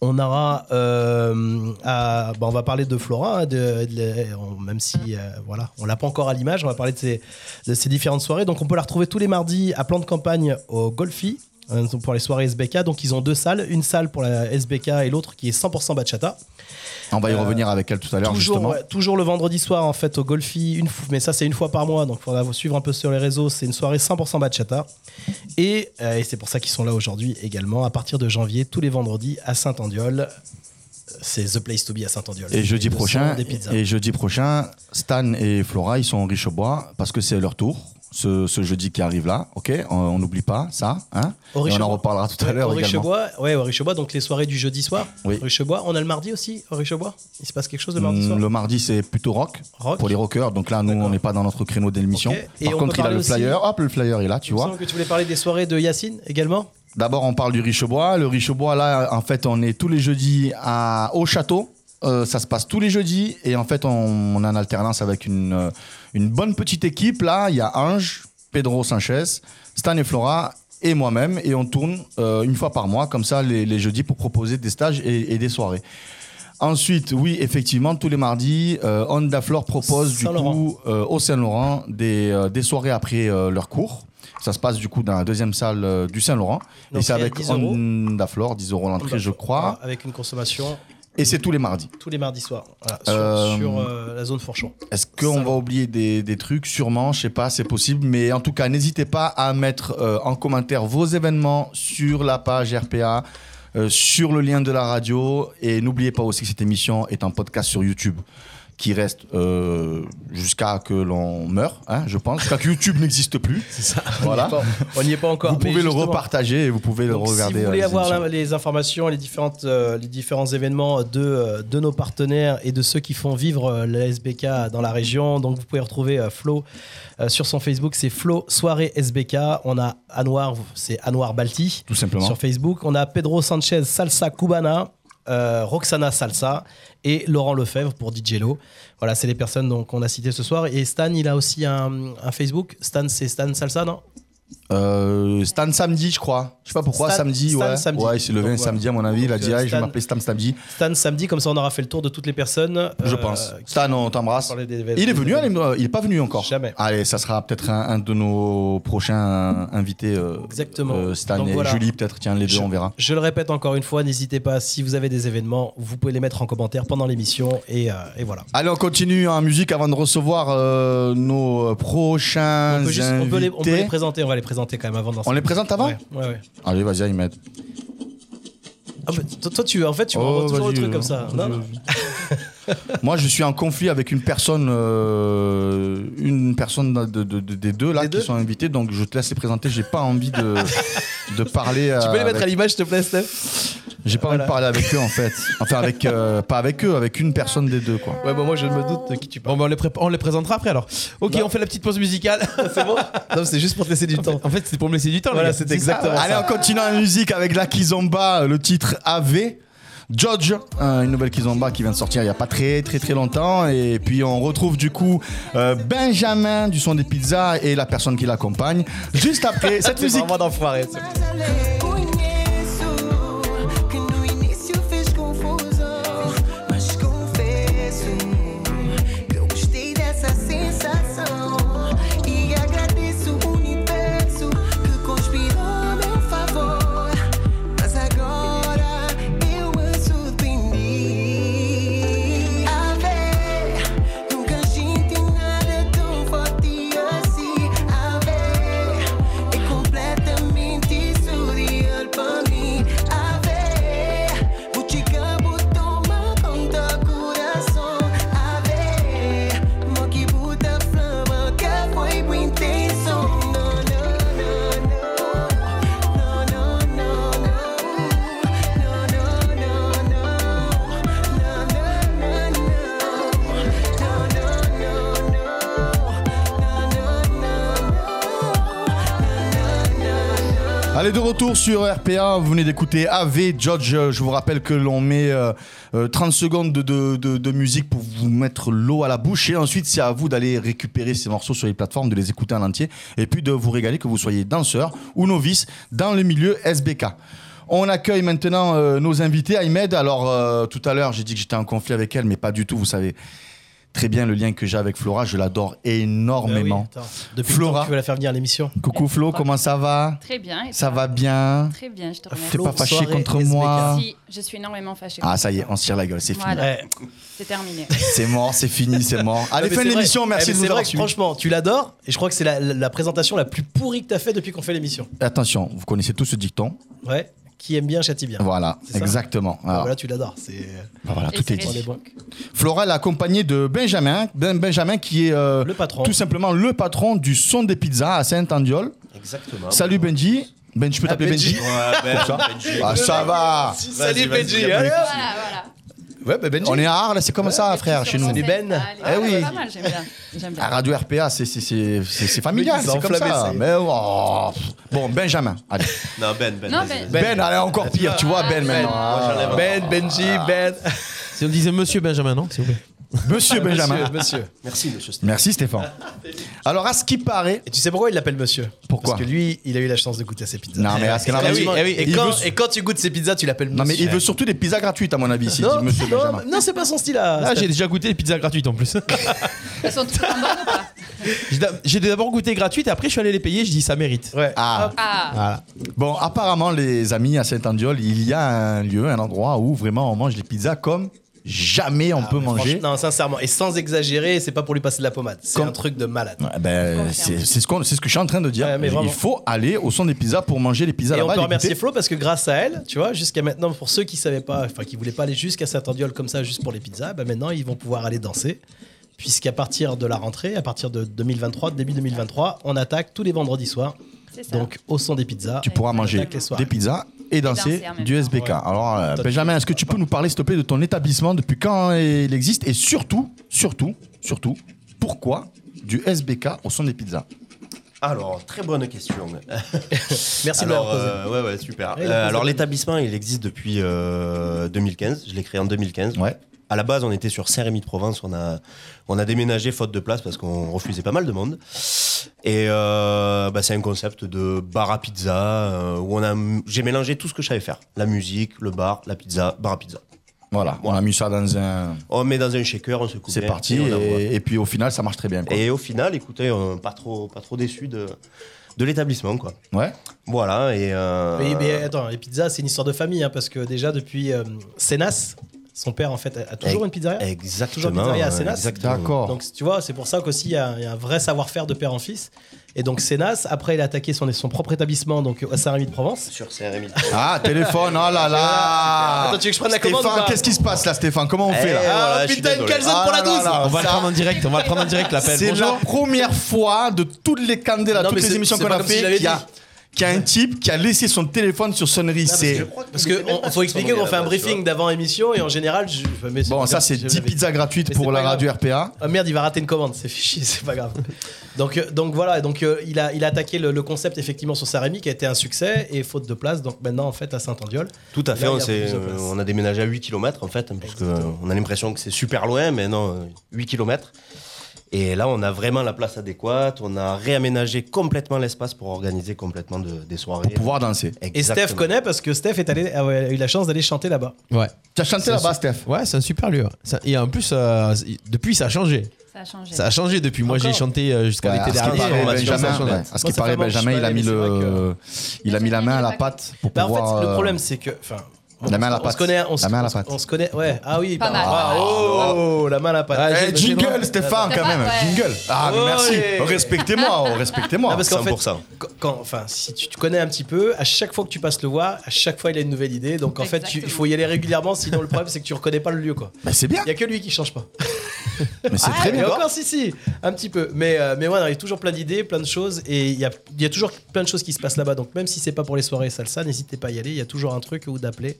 E: On aura, euh, à- bah, on va parler de Flora, hein, de- de- on- même si euh, voilà, on l'a pas encore à l'image, on va parler de ses, de ses différentes soirées. Donc on peut la retrouver tous les mardis à plan de campagne au Golfi euh, pour les soirées SBK. Donc ils ont deux salles, une salle pour la SBK et l'autre qui est 100% bachata.
D: On va y
E: Euh,
D: revenir avec elle tout à l'heure
E: Toujours,
D: justement.
E: ouais, toujours le vendredi soir en fait au Golfi, une fois, mais ça c'est une fois par mois, donc faudra vous suivre un peu sur les réseaux. C'est une soirée 100% bachata et, euh, et c'est pour ça qu'ils sont là aujourd'hui également. À partir de janvier, tous les vendredis à Saint-Andiol, Euh, c'est the place to be à Saint-Andiol.
D: Et jeudi
E: Des
D: prochain,
E: salons, des pizzas.
D: et jeudi prochain, Stan et Flora, ils sont en Richebois parce que c'est leur tour. Ce, ce jeudi qui arrive là, ok, on on n'oublie pas ça, hein
E: Au
D: Et on
E: Richebois.
D: en reparlera tout à
E: Ouais,
D: l'heure
E: Au
D: également.
E: Richebois, ouais, au Richebois, donc les soirées du jeudi soir.
D: Oui.
E: Au Richebois, on a le mardi aussi au Richebois. Il se passe quelque chose le mardi
D: Mm,
E: soir.
D: Le mardi, c'est plutôt rock,
E: Rock.
D: pour les rockers. Donc là, nous, on n'est pas dans notre créneau d'émission.
E: Ok. Et
D: Par
E: on
D: contre,
E: peut
D: il a
E: parler
D: le
E: aussi-
D: flyer. Hop, le flyer est là, tu
E: Il me
D: vois.
E: semble que tu voulais parler des soirées de Yacine également.
D: D'abord, on parle du Richebois. Le Richebois, là, en fait, on est tous les jeudis à, au château. Euh, ça se passe tous les jeudis. Et en fait, on, on est en alternance avec une, euh, une bonne petite équipe. Là, il y a Ange, Pedro Sanchez, Stan et Flora et moi-même. Et on tourne euh, une fois par mois, comme ça, les, les jeudis, pour proposer des stages et, et des soirées. Ensuite, oui, effectivement, tous les mardis, euh, Honda Flore propose du
E: Saint-Laurent.
D: coup euh, au Saint-Laurent des, euh, des soirées après euh, leur cours. Ça se passe du coup dans la deuxième salle euh, du Saint-Laurent. Et
E: L'entrée
D: c'est
E: à
D: avec
E: 10 euros. Ah.
D: Honda Flore, 10 euros l'entrée, je crois.
E: Avec une consommation
D: Et c'est tous les mardis.
E: tous les mardis soirs voilà, sur,
D: Euh,
E: sur, euh, la zone Fourchon.
D: Est-ce qu'on va oublier des, des trucs Sûrement, je sais pas, c'est possible. Mais en tout cas, n'hésitez pas à mettre euh, en commentaire vos événements sur la page RPA, euh, sur le lien de la radio. Et n'oubliez pas aussi que cette émission est en podcast sur YouTube qui reste euh, jusqu'à que l'on meure, hein, je pense, jusqu'à que YouTube n'existe plus. C'est ça. Voilà.
E: On n'y est pas encore.
D: Vous
E: mais
D: pouvez le
E: justement.
D: repartager et vous pouvez le
E: Donc,
D: regarder.
E: Si vous
D: euh,
E: voulez
D: les
E: avoir
D: émissions.
E: la- les informations, les, différentes, euh, les différents événements de, euh, de nos partenaires et de ceux qui font vivre euh, la SBK dans la région, donc vous pouvez retrouver euh, Flo euh, sur son Facebook, c'est Flo Soirée SBK. On a Anouar, c'est Anouar Balti.
D: Tout simplement.
E: Sur Facebook, on a Pedro Sanchez Salsa Cubana. euh, Roxana Salsa et Laurent Lefebvre pour Lo. Voilà, c'est les personnes donc, qu'on a citées ce soir. Et Stan, il a aussi un, un Facebook. Stan, c'est Stan Salsa, non
D: Euh, Stan samedi, je crois. Je sais pas pourquoi,
E: Stan-
D: samedi,
E: Stan
D: ouais.
E: samedi.
D: Ouais, il s'est levé
E: Donc,
D: un
E: voilà.
D: samedi, à mon avis. Il a
E: Donc,
D: dit,
E: euh,
D: ah, je vais
E: Stan-
D: m'appeler Stan samedi.
E: Stan samedi, comme ça on aura fait le tour de toutes les personnes.
D: Je
E: euh,
D: pense. Stan, on t'embrasse.
E: parler des-
D: Il est
E: des-
D: venu,
E: des-
D: allez, euh, il est pas venu encore.
E: Jamais.
D: Allez, ça sera peut-être un, un de nos prochains invités. euh,
E: Exactement.
D: euh, Stan
E: Donc,
D: et
E: voilà.
D: Julie, peut-être. Tiens, les deux,
E: Je-
D: on verra.
E: Je le répète encore une fois, n'hésitez pas, si vous avez des événements, vous pouvez les mettre en commentaire pendant l'émission et, euh, et voilà.
D: Allez, on continue en musique avant de recevoir euh, nos prochains
E: On peut, juste- on peut les, on peut les
D: invités.
E: présenter, on va les présenter quand même avant. d'en
D: On les
E: sortir.
D: présente avant
E: Ouais, ouais, ouais.
D: Allez, vas-y, Ahmed.
E: Ah, mais toi, toi, tu, en fait, tu
D: Oh,
E: m'envoies toujours
D: vas-y,
E: le truc
D: euh,
E: comme ça.
D: vas-y,
E: Non, non.
D: Moi, je suis en conflit avec une personne, euh, une personne de- de- de- des deux là qui sont invités, donc je te laisse les présenter. J'ai pas envie de, de parler.
E: Tu
D: euh,
E: peux
F: Ah,
E: les mettre
D: avec-
E: à l'image, s'il te plaît, Steph
D: J'ai pas envie de parler avec eux en fait. Enfin, avec euh, pas avec eux, avec une personne des deux quoi.
E: Ouais, bah moi, je me doute de qui tu parles.
F: Bon, bah, on, les pré- on les présentera après alors. Ok,
E: Non.
F: on fait la petite pause musicale.
E: C'est bon Non, c'est juste pour te laisser du temps.
F: en fait, c'était pour me laisser du temps.
E: Voilà,
F: les gars.
E: c'est exactement ça.
D: Allez, on continue en musique avec la Kizomba, le titre AV. George, euh, une nouvelle Kizomba qui vient de sortir il n'y a pas très très très longtemps. Et puis on retrouve du coup euh, Benjamin du son des pizzas et la personne qui l'accompagne. Juste après cette musique.
E: Vraiment d'enfoiré.
F: Ah
E: c'est-
J: Conheço que no início fez confusão, mas confesso que eu gostei dessa sensação e agradeço o universo que conspirou a meu favor. Mas agora eu me surpreendi. A ver, nunca senti nada tão forte assim. A ver, é completamente surreal.
D: Allez, de retour sur RPA, vous venez d'écouter AV Judge. Euh, Je vous rappelle que l'on met euh, euh, 30 secondes de, de- de- de musique pour vous mettre l'eau à la bouche. Et ensuite, c'est à vous d'aller récupérer ces morceaux sur les plateformes, de les écouter en entier. Et puis de vous régaler, que vous soyez danseur ou novice, dans le milieu SBK. On accueille maintenant euh, nos invités. Ahmed, alors euh, tout à l'heure, j'ai dit que j'étais en conflit avec elle, mais pas du tout, vous savez. Très bien le lien que j'ai avec Flora, je l'adore énormément.
E: Bah oui, attends. Depuis
D: Flora.
E: Flora. Tu veux la faire venir à l'émission
D: Coucou Flo, comment ça va
L: Très bien, et
D: Ça
L: toi
D: va bien
L: Très bien, je te remercie.
D: T'es pas fâché
E: soirée
D: contre
E: SBK.
D: moi
L: Si, je suis énormément fâchée.
D: Ah ça y est, on se tire la gueule, c'est fini.
L: Voilà. C'est terminé.
D: C'est mort, c'est fini, c'est mort.
E: Non,
D: Allez,
E: mais
D: fin de
E: c'est
D: l'émission,
E: vrai.
D: merci
E: Eh, mais
D: de nous
E: C'est vrai
D: avoir
E: que
D: suivis.
E: franchement, tu l'adores et je crois que c'est la, la- la présentation la plus pourrie que t'as fait depuis qu'on fait l'émission.
D: Attention, vous connaissez tous ce dicton.
E: Ouais. Qui aime bien châtie bien.
D: Voilà,
E: C'est ça
D: exactement.
E: Ah,
D: Alors,
E: Voilà, tu l'adores. C'est. euh,
D: bah voilà,
E: Et
D: tout
E: c'est
D: est dit.
E: réciproque.
D: Flora elle est accompagnée de Benjamin, Ben- Benjamin qui est euh, tout simplement le patron du son des pizzas à Saint-Andiol.
M: Exactement.
D: Salut Benji. Ben, je peux
M: Ah,
D: t'appeler Benji,
M: Benji. Ouais, Ben,
D: Comme ça.
M: Benji.
D: Ah, ça va.
M: Si, salut, Vas-y, vas-y, Benji, Benji. allez, hop.
L: Voilà, voilà.
D: Ouais, ben, Benji. On est à Arles, c'est comme ça, frère, chez nous.
L: Sur
E: Ben.
L: scène, ça,
D: Eh
E: Ah
L: allez,
D: oui.
L: Ah, Pas mal, j'aime bien. J'aime bien.
D: À Radio RPA, c'est- c'est- c'est c'est- c'est familial,
M: Mais ils ont
D: c'est comme
M: enflammé,
D: ça.
M: ça y est.
D: Mais oh. Bon, Benjamin. Allez.
M: Non, Ben, Ben.
L: Non,
M: vas-y,
L: Ben.
M: vas-y.
D: Ben, allez, encore pire, tu vois, Ben maintenant.
M: Moi, j'enlève encore.
E: Ah.
F: Ben. Si on disait Monsieur Benjamin, non S'il vous plaît.
D: Monsieur Benjamin.
E: Merci, monsieur.
D: Merci Stéphane. Alors, à ce qui paraît.
E: Et tu sais pourquoi il l'appelle monsieur
D: Pourquoi
E: Parce que lui, il a eu la chance de goûter à ses pizzas.
D: Non, mais à ce qu'il a-
E: Eh oui,
D: il-
E: eh oui. Et
D: il
E: quand-
D: veut-
E: et quand tu goûtes ses pizzas, tu l'appelles monsieur.
D: Non, mais il veut surtout des pizzas gratuites, à mon avis, s'il
E: Non,
D: dit Monsieur
E: non,
D: Benjamin.
E: non, c'est pas son style
D: euh,
E: à.
F: Ah, j'ai déjà goûté les pizzas gratuites en plus.
L: Elles sont toutes en bonne ou pas
F: J'ai d'a- J'ai d'abord goûté gratuite et après je suis allé les payer, je dis ça mérite.
D: Ah.
L: Ah.
D: Voilà. Bon, apparemment, les amis, à Saint-Andiol, il y a un lieu, un endroit où vraiment on mange les pizzas comme jamais
E: Ah,
D: on peut manger.
E: Franchement, Non, sincèrement. Et sans exagérer, c'est pas pour lui passer de la pommade. C'est
D: Comme-
E: un truc de malade.
D: Ouais, ben, c'est c'est ce, qu'on- c'est ce que je suis en train de dire.
E: Ouais, mais
D: il
E: vraiment.
D: faut aller au son des pizzas pour manger les pizzas
E: Et on
D: là-bas.
E: peut
D: les
E: remercier
D: goûter.
E: Flo parce que grâce à elle, tu vois, jusqu'à maintenant, pour ceux qui savaient pas, enfin qui voulaient pas aller jusqu'à Saint-Andiol comme ça juste pour les pizzas, bah maintenant ils vont pouvoir aller danser. Puisqu'à partir de la rentrée, à partir de 2023, début 2023, on attaque tous les vendredis soirs.
L: C'est ça.
E: Donc au son des pizzas.
D: Tu pourras manger des pizzas et danser,
L: danser en même
D: du
L: temps.
D: SBK.
E: Ouais.
D: Alors, euh,
E: Toi,
D: Benjamin, est-ce que tu peux nous parler, s'il te plaît, de ton établissement, depuis quand il existe et surtout, surtout, surtout, pourquoi du SBK au son des pizzas
M: Alors, très bonne question.
E: Merci de
M: alors,
E: m'avoir posé.
M: euh, ouais, ouais, super.
E: Ouais,
M: Euh,
E: il a posé
M: alors,
E: la
M: l'établissement, il existe depuis euh, 2015. Je l'ai créé en 2015.
D: Ouais.
M: À la base, on était sur Saint-Rémy de Provence. On a, on a déménagé faute de place parce qu'on refusait pas mal de monde. Et euh, bah, c'est un concept de bar à pizza euh, où on a, j'ai mélangé tout ce que je savais faire la musique, le bar, la pizza, bar à pizza.
D: Voilà, on a mis ça dans un.
M: On met dans un shaker, on se coupe.
D: C'est
M: bien
D: parti,
M: et on envoie.
D: et, et puis au final, ça marche très bien. quoi.
M: Et au final, écoutez, euh, pas trop, pas trop déçu de, de l'établissement, quoi.
D: Ouais.
M: Voilà, et... euh,
E: Mais, mais attends, les pizzas, c'est une histoire de famille, hein, parce que déjà depuis euh, Sénas, son père en fait a, a toujours
M: Ex-
E: une pizzeria.
M: exactement,
E: Toujours une pizzeria à
M: ouais,
E: Sénas.
M: exactement. D'accord.
E: Donc tu vois, c'est pour ça qu'aussi il y, a il y a un vrai savoir-faire de père en fils. Et donc Sénas, après il a attaqué son, son propre établissement donc à Saint-Rémy de Provence.
M: Sur Saint-Rémy.
D: Ah, téléphone, oh là là
E: Attends, tu veux que je prenne la commande
D: Stéphane,
E: ou pas
D: qu'est-ce qui se passe là, Stéphane Comment on fait là
M: Eh, voilà, je suis
E: putain, une
M: désolé.
E: calzone pour la
D: Ah là
E: 12
D: là,
F: On va le
D: ça-
F: prendre en direct, on va le prendre en direct l'appel.
D: C'est la
F: Bonjour.
D: première fois de toutes les candidats,
E: Non,
D: toutes
E: mais
D: les
E: c'est-
D: émissions
E: c'est
D: qu'on
E: pas
D: a
E: comme si je
D: fait,
E: l'avais
D: qu'il y a,
E: dit.
D: qu'il y a un type qui a laissé son téléphone sur sonnerie. C'est
E: Parce qu'il faut expliquer qu'on fait un briefing d'avant émission et en général, je, mais c'est-
D: bon, ça c'est
E: je-
D: 10 pizzas gratuites
E: Mais
D: pour
E: c'est
D: la
E: pas
D: radio RPA.
E: Ah merde, il va rater une commande, c'est fait chier, c'est pas grave. donc, euh, donc voilà, donc euh, il, a, il a attaqué le, le concept effectivement sur Saint-Rémy qui a été un succès et faute de place, donc maintenant en fait à Saint-Andiol.
M: Tout à
E: Et
M: fait,
E: là,
M: on,
E: il y a
M: s'est-
E: plus de
M: euh,
E: place.
M: on a déménagé à 8 km en fait, hein, parce que, euh, on a l'impression que c'est super loin, mais non, euh, 8 km. Et là, on a vraiment la place adéquate, on a réaménagé complètement l'espace pour organiser complètement de- des soirées. Pour
D: pouvoir danser.
E: Et Steph connaît parce que Steph est allé, a a eu la chance d'aller chanter là-bas.
F: Ouais.
D: Tu as chanté là-bas, Steph
F: Ouais, c'est un super lieu. Ça- Et en plus, euh, c'est- depuis, ça a changé.
L: Ça a changé.
F: Ça a changé depuis. Moi, j'ai
L: Encore
F: chanté euh, jusqu'à
D: Ouais, à
F: l'été
D: ce qui
F: dernier.
D: paraît,
F: on m'a dit comme ça,
D: Benjamin,
F: ça a changé.
D: ouais, à ce qui
F: Moi, ça
D: paraît,
F: fait un moment que je suis
D: Benjamin, il
F: pas
D: a
F: allé,
D: mis
F: mais c'est vrai que-
D: le, euh, il a mis la main à la pâte pour
E: Bah, en
D: pouvoir.
E: fait, le
D: euh,
E: problème c'est que. Enfin,
D: La main à la
E: on
D: patte.
E: se connaît, on se,
D: La main à la
E: on se-
D: patte.
E: on se connaît, ouais. Ah oui,
L: Pas
E: bah,
L: mal.
E: ah, oh, la main à la patte.
D: Eh,
E: J'ai- j'ai
D: jingle,
E: le-
D: Stéphane, quand même.
L: Ouais.
D: Jingle. Ah, mais
E: Ouais.
D: merci. Respectez-moi, oh,
E: Non,
D: respectez-moi.
E: parce qu'en fait, quand- quand- enfin, si tu, tu connais un petit peu, à chaque fois que tu passes le voir, à chaque fois il a une nouvelle idée. Donc en fait, tu- il faut y aller régulièrement, sinon le problème c'est que tu reconnais pas le lieu quoi.
D: Bah, c'est bien.
E: Il y a Ah, que lui qui change pas.
D: Mais c'est Ah, très
E: Et
D: bien.
E: encore si si, un petit peu. Mais euh, mais ouais, non, il y a toujours plein d'idées, plein de choses et il y a il y a toujours plein de choses qui se passent là-bas. Donc même si c'est pas pour les soirées salsa, n'hésitez pas à y aller. Il y a toujours un truc ou d'appeler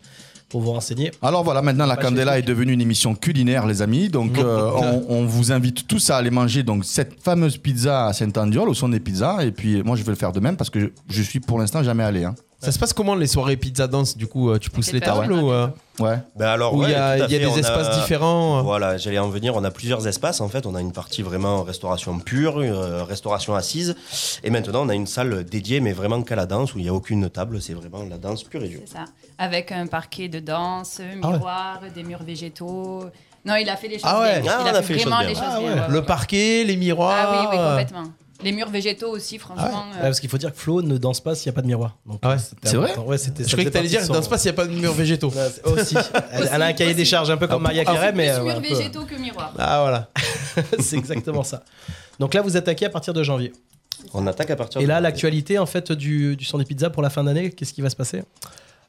E: pour vous renseigner.
D: Alors voilà, maintenant la
E: Pas chez
D: Candela est devenue une émission culinaire, les amis. Donc euh, on, on vous invite tous à aller manger donc cette fameuse pizza à Saint-Andiol, au son des pizzas. Et puis moi, je vais le faire de même parce que je, je suis pour l'instant jamais allé. hein.
F: Ça se passe comment les soirées pizza dance Du coup, euh, tu pousses les
M: pas,
F: tables
M: ouais.
F: ou euh,
D: Ouais.
M: Ben alors,
F: Où il
M: ouais,
F: y a-
M: tout à
F: il y a
M: fait,
F: des
M: on
F: espaces différents. euh?
M: Voilà, j'allais en venir. On a plusieurs espaces en fait. On a une partie vraiment restauration pure, euh, restauration assise, et maintenant on a une salle dédiée, mais vraiment qu'à la danse où il n'y a aucune table. C'est vraiment la danse pure et dure.
L: C'est ça. Avec un parquet de danse, un
M: Ah ouais.
L: miroir, des murs végétaux. Non, il a fait les choses
F: Ah ouais,
L: bien. il a fait vraiment les choses
F: Ah
L: bien.
F: ouais.
L: ouais,
F: Le
L: ouais.
F: parquet, les miroirs.
L: Ah oui, oui, complètement. Les murs végétaux aussi, franchement.
E: Ah Ouais,
L: euh,
E: parce qu'il faut dire que Flo ne danse pas s'il n'y a pas de miroir. Donc, euh, c'était
F: Ah C'est vrai
E: important. ouais, c'était-
F: Je
E: ça
F: croyais que
E: faisait
F: t'allais dire,
E: partie
F: elle
E: de
F: danse
E: son-
F: pas s'il n'y a pas de murs végétaux.
E: Aussi. Elle, elle a un cahier des charges un peu
F: Ah,
E: comme Maria Carey, mais. euh,
L: plus
E: voilà,
L: murs
E: un peu.
L: végétaux que miroirs.
E: Ah voilà, c'est exactement ça. Donc là, vous attaquez à partir de janvier.
M: On attaque à partir.
E: Et
M: de
E: là, l'actualité en fait du, du son des pizzas pour la fin d'année, qu'est-ce qui va se passer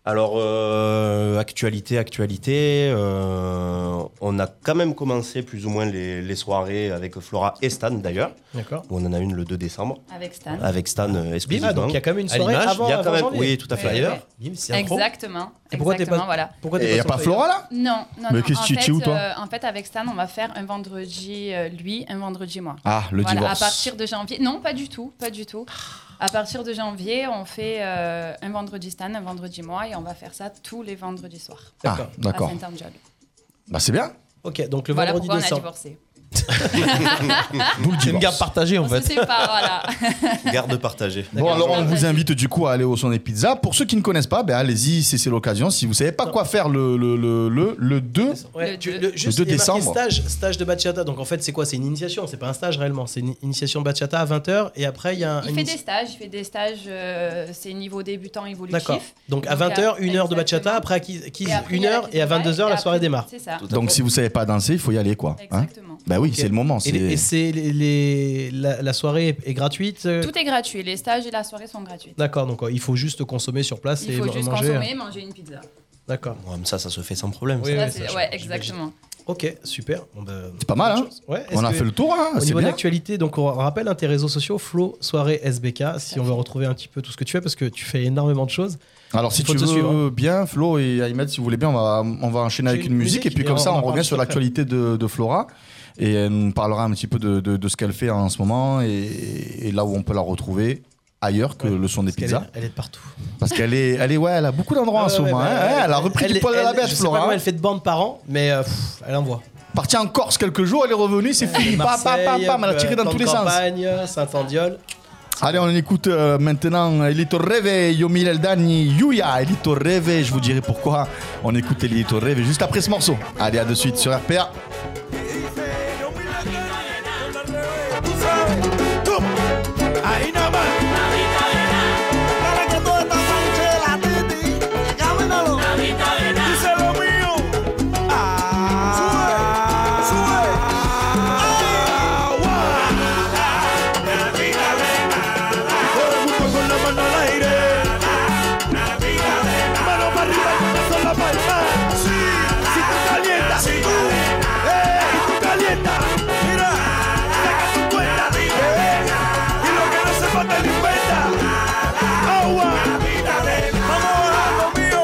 M: Alors, euh, actualité, actualité, euh, on a quand même commencé plus ou moins les, les soirées avec Flora et Stan d'ailleurs.
E: D'accord.
M: On en a une le 2 décembre.
L: Avec Stan.
M: Avec Stan euh, exclusivement.
E: Ah, donc il y a quand même une
M: À
E: soirée
M: l'image,
E: avant-
M: il y a quand
E: avant
M: même-
E: janvier.
M: Oui, tout à fait.
E: Ouais,
M: D'ailleurs,
E: ouais. Nîmes, c'est un pro.
L: Exactement.
E: Et pourquoi t'es pas-
L: exactement, voilà.
E: pourquoi t'es
D: Et pas y a sur pas Flora, là
L: Non, non,
D: Mais
L: non.
D: qu'est-ce
L: En
D: que tu-
L: fait,
D: tu es où, toi
L: euh, En fait, avec Stan, on va faire un vendredi euh, lui, un vendredi moi.
D: Ah, le
L: Voilà,
D: divorce.
L: À partir de janvier. Non, pas du tout, pas du tout. À partir de janvier, on fait euh, un vendredi Stan, un vendredi moi, et on va faire ça tous les vendredis soirs.
D: Ah, d'accord.
L: À Saint-Angelo.
D: Bah, c'est bien.
E: Ok, donc le
L: Voilà
E: vendredi
L: pourquoi on a
E: décembre.
L: divorcé.
F: C'est une garde partagée en
L: On se
F: fait.
L: sépare, voilà.
M: Garde partagée.
D: Bon, alors on vous invite du coup à aller au son des pizzas. Pour ceux qui ne connaissent pas, ben, allez-y, c'est c'est l'occasion. Si vous savez pas quoi faire le, le, le, le, le 2,
E: Ouais, tu- le-
D: le
E: juste,
D: 2
E: il y a marqué
D: décembre.
E: Stage, stage de bachata. Donc en fait, c'est quoi C'est une initiation. C'est pas un stage réellement. C'est une initiation bachata à 20h. Et après, il y a un.
L: Il
E: une
L: fait
E: initi-
L: des stages, il fait des stages, euh, c'est niveau débutant évolutif.
E: D'accord. Donc à
L: Donc, euh,
E: 20h, une heure de bachata. Après, à 15
L: Et après, il y a
E: 1
L: la
E: heure. Et à
L: cuisine,
E: 22h,
L: et
E: la
L: après,
E: soirée démarre.
L: c'est ça.
D: Donc si vous savez pas danser, il faut y aller quoi. hein. Bah oui,
E: Ok.
D: c'est le moment.
E: Et,
D: c'est-
E: les- et c'est les, les- la, la soirée est est gratuite. euh,
L: Tout est gratuit, les stages et la soirée sont gratuits.
E: D'accord, donc euh, il faut juste consommer sur place
L: Il
E: et
L: faut
E: ma-
L: juste
E: manger. hein.
L: consommer, manger une pizza.
E: D'accord.
M: ça, ça se fait sans problème.
E: Oui,
L: Ça,
E: oui,
L: c'est-
E: ça, je-
L: ouais, exactement.
E: Ok, super. ben, C'est
D: pas mal, hein
E: est-ce
D: On a
E: que-
D: fait le tour, hein,
E: Au
D: c'est
E: niveau de
D: bien.
E: l'actualité, donc on rappelle hein, tes réseaux sociaux, Flo, soirée SBK, si on veut retrouver un petit peu tout ce que tu fais, parce que tu fais énormément de choses.
D: Alors si
E: Il faut
D: tu
E: te
D: veux
E: suivre, hein.
D: bien, Flo et Ahmed, si vous voulez bien, on va, on va enchaîner avec
E: J'ai
D: une
E: une
D: musique,
E: musique
D: et puis
E: et
D: comme
E: on
D: ça,
E: en
D: on
E: parle
D: revient sur
E: juste après.
D: l'actualité de, de Flora et elle nous parlera un petit peu de, de- de ce qu'elle fait en ce moment et, et là où on peut la retrouver ailleurs que le son des
E: Elle est,
D: pizzas.
E: elle est de partout.
D: Parce qu'elle est, elle est, ouais, elle a beaucoup d'endroits en
E: Ah
D: ce
E: ouais,
D: moment.
E: ouais,
D: hein.
E: bah,
D: Ouais, elle a repris du poil de la
E: elle-
D: bête,
E: je sais pas
D: Flora.
E: comment elle fait de bandes par an, mais euh, pff, elle envoie.
D: Partie en Corse quelques jours, elle est revenue, c'est fini. Pam, pam, pam, pam, elle a tiré dans
E: euh,
D: tous les sens.
E: sens. Saint-Andiol.
D: Allez, on écoute euh, maintenant Elito Reve, Yomi Eldani, Yuya, Elito Reve. Je vous dirai pourquoi on écoute Elito Reve juste après ce morceau. Allez, à de suite sur RPA.
G: Tú sabes, tú. Ahí nada más. Para que toda esta noche de la titi, camínalo. Dice lo mío. Ah, Agua. Todo el mundo con la mano al aire. Mano para arriba, una sola palma. Si tú calientas, tú, eh, tú calientas, mira, saca tu cuenta, eh, y lo que no sepa te lo inventa. Agua, vamos a lo mío.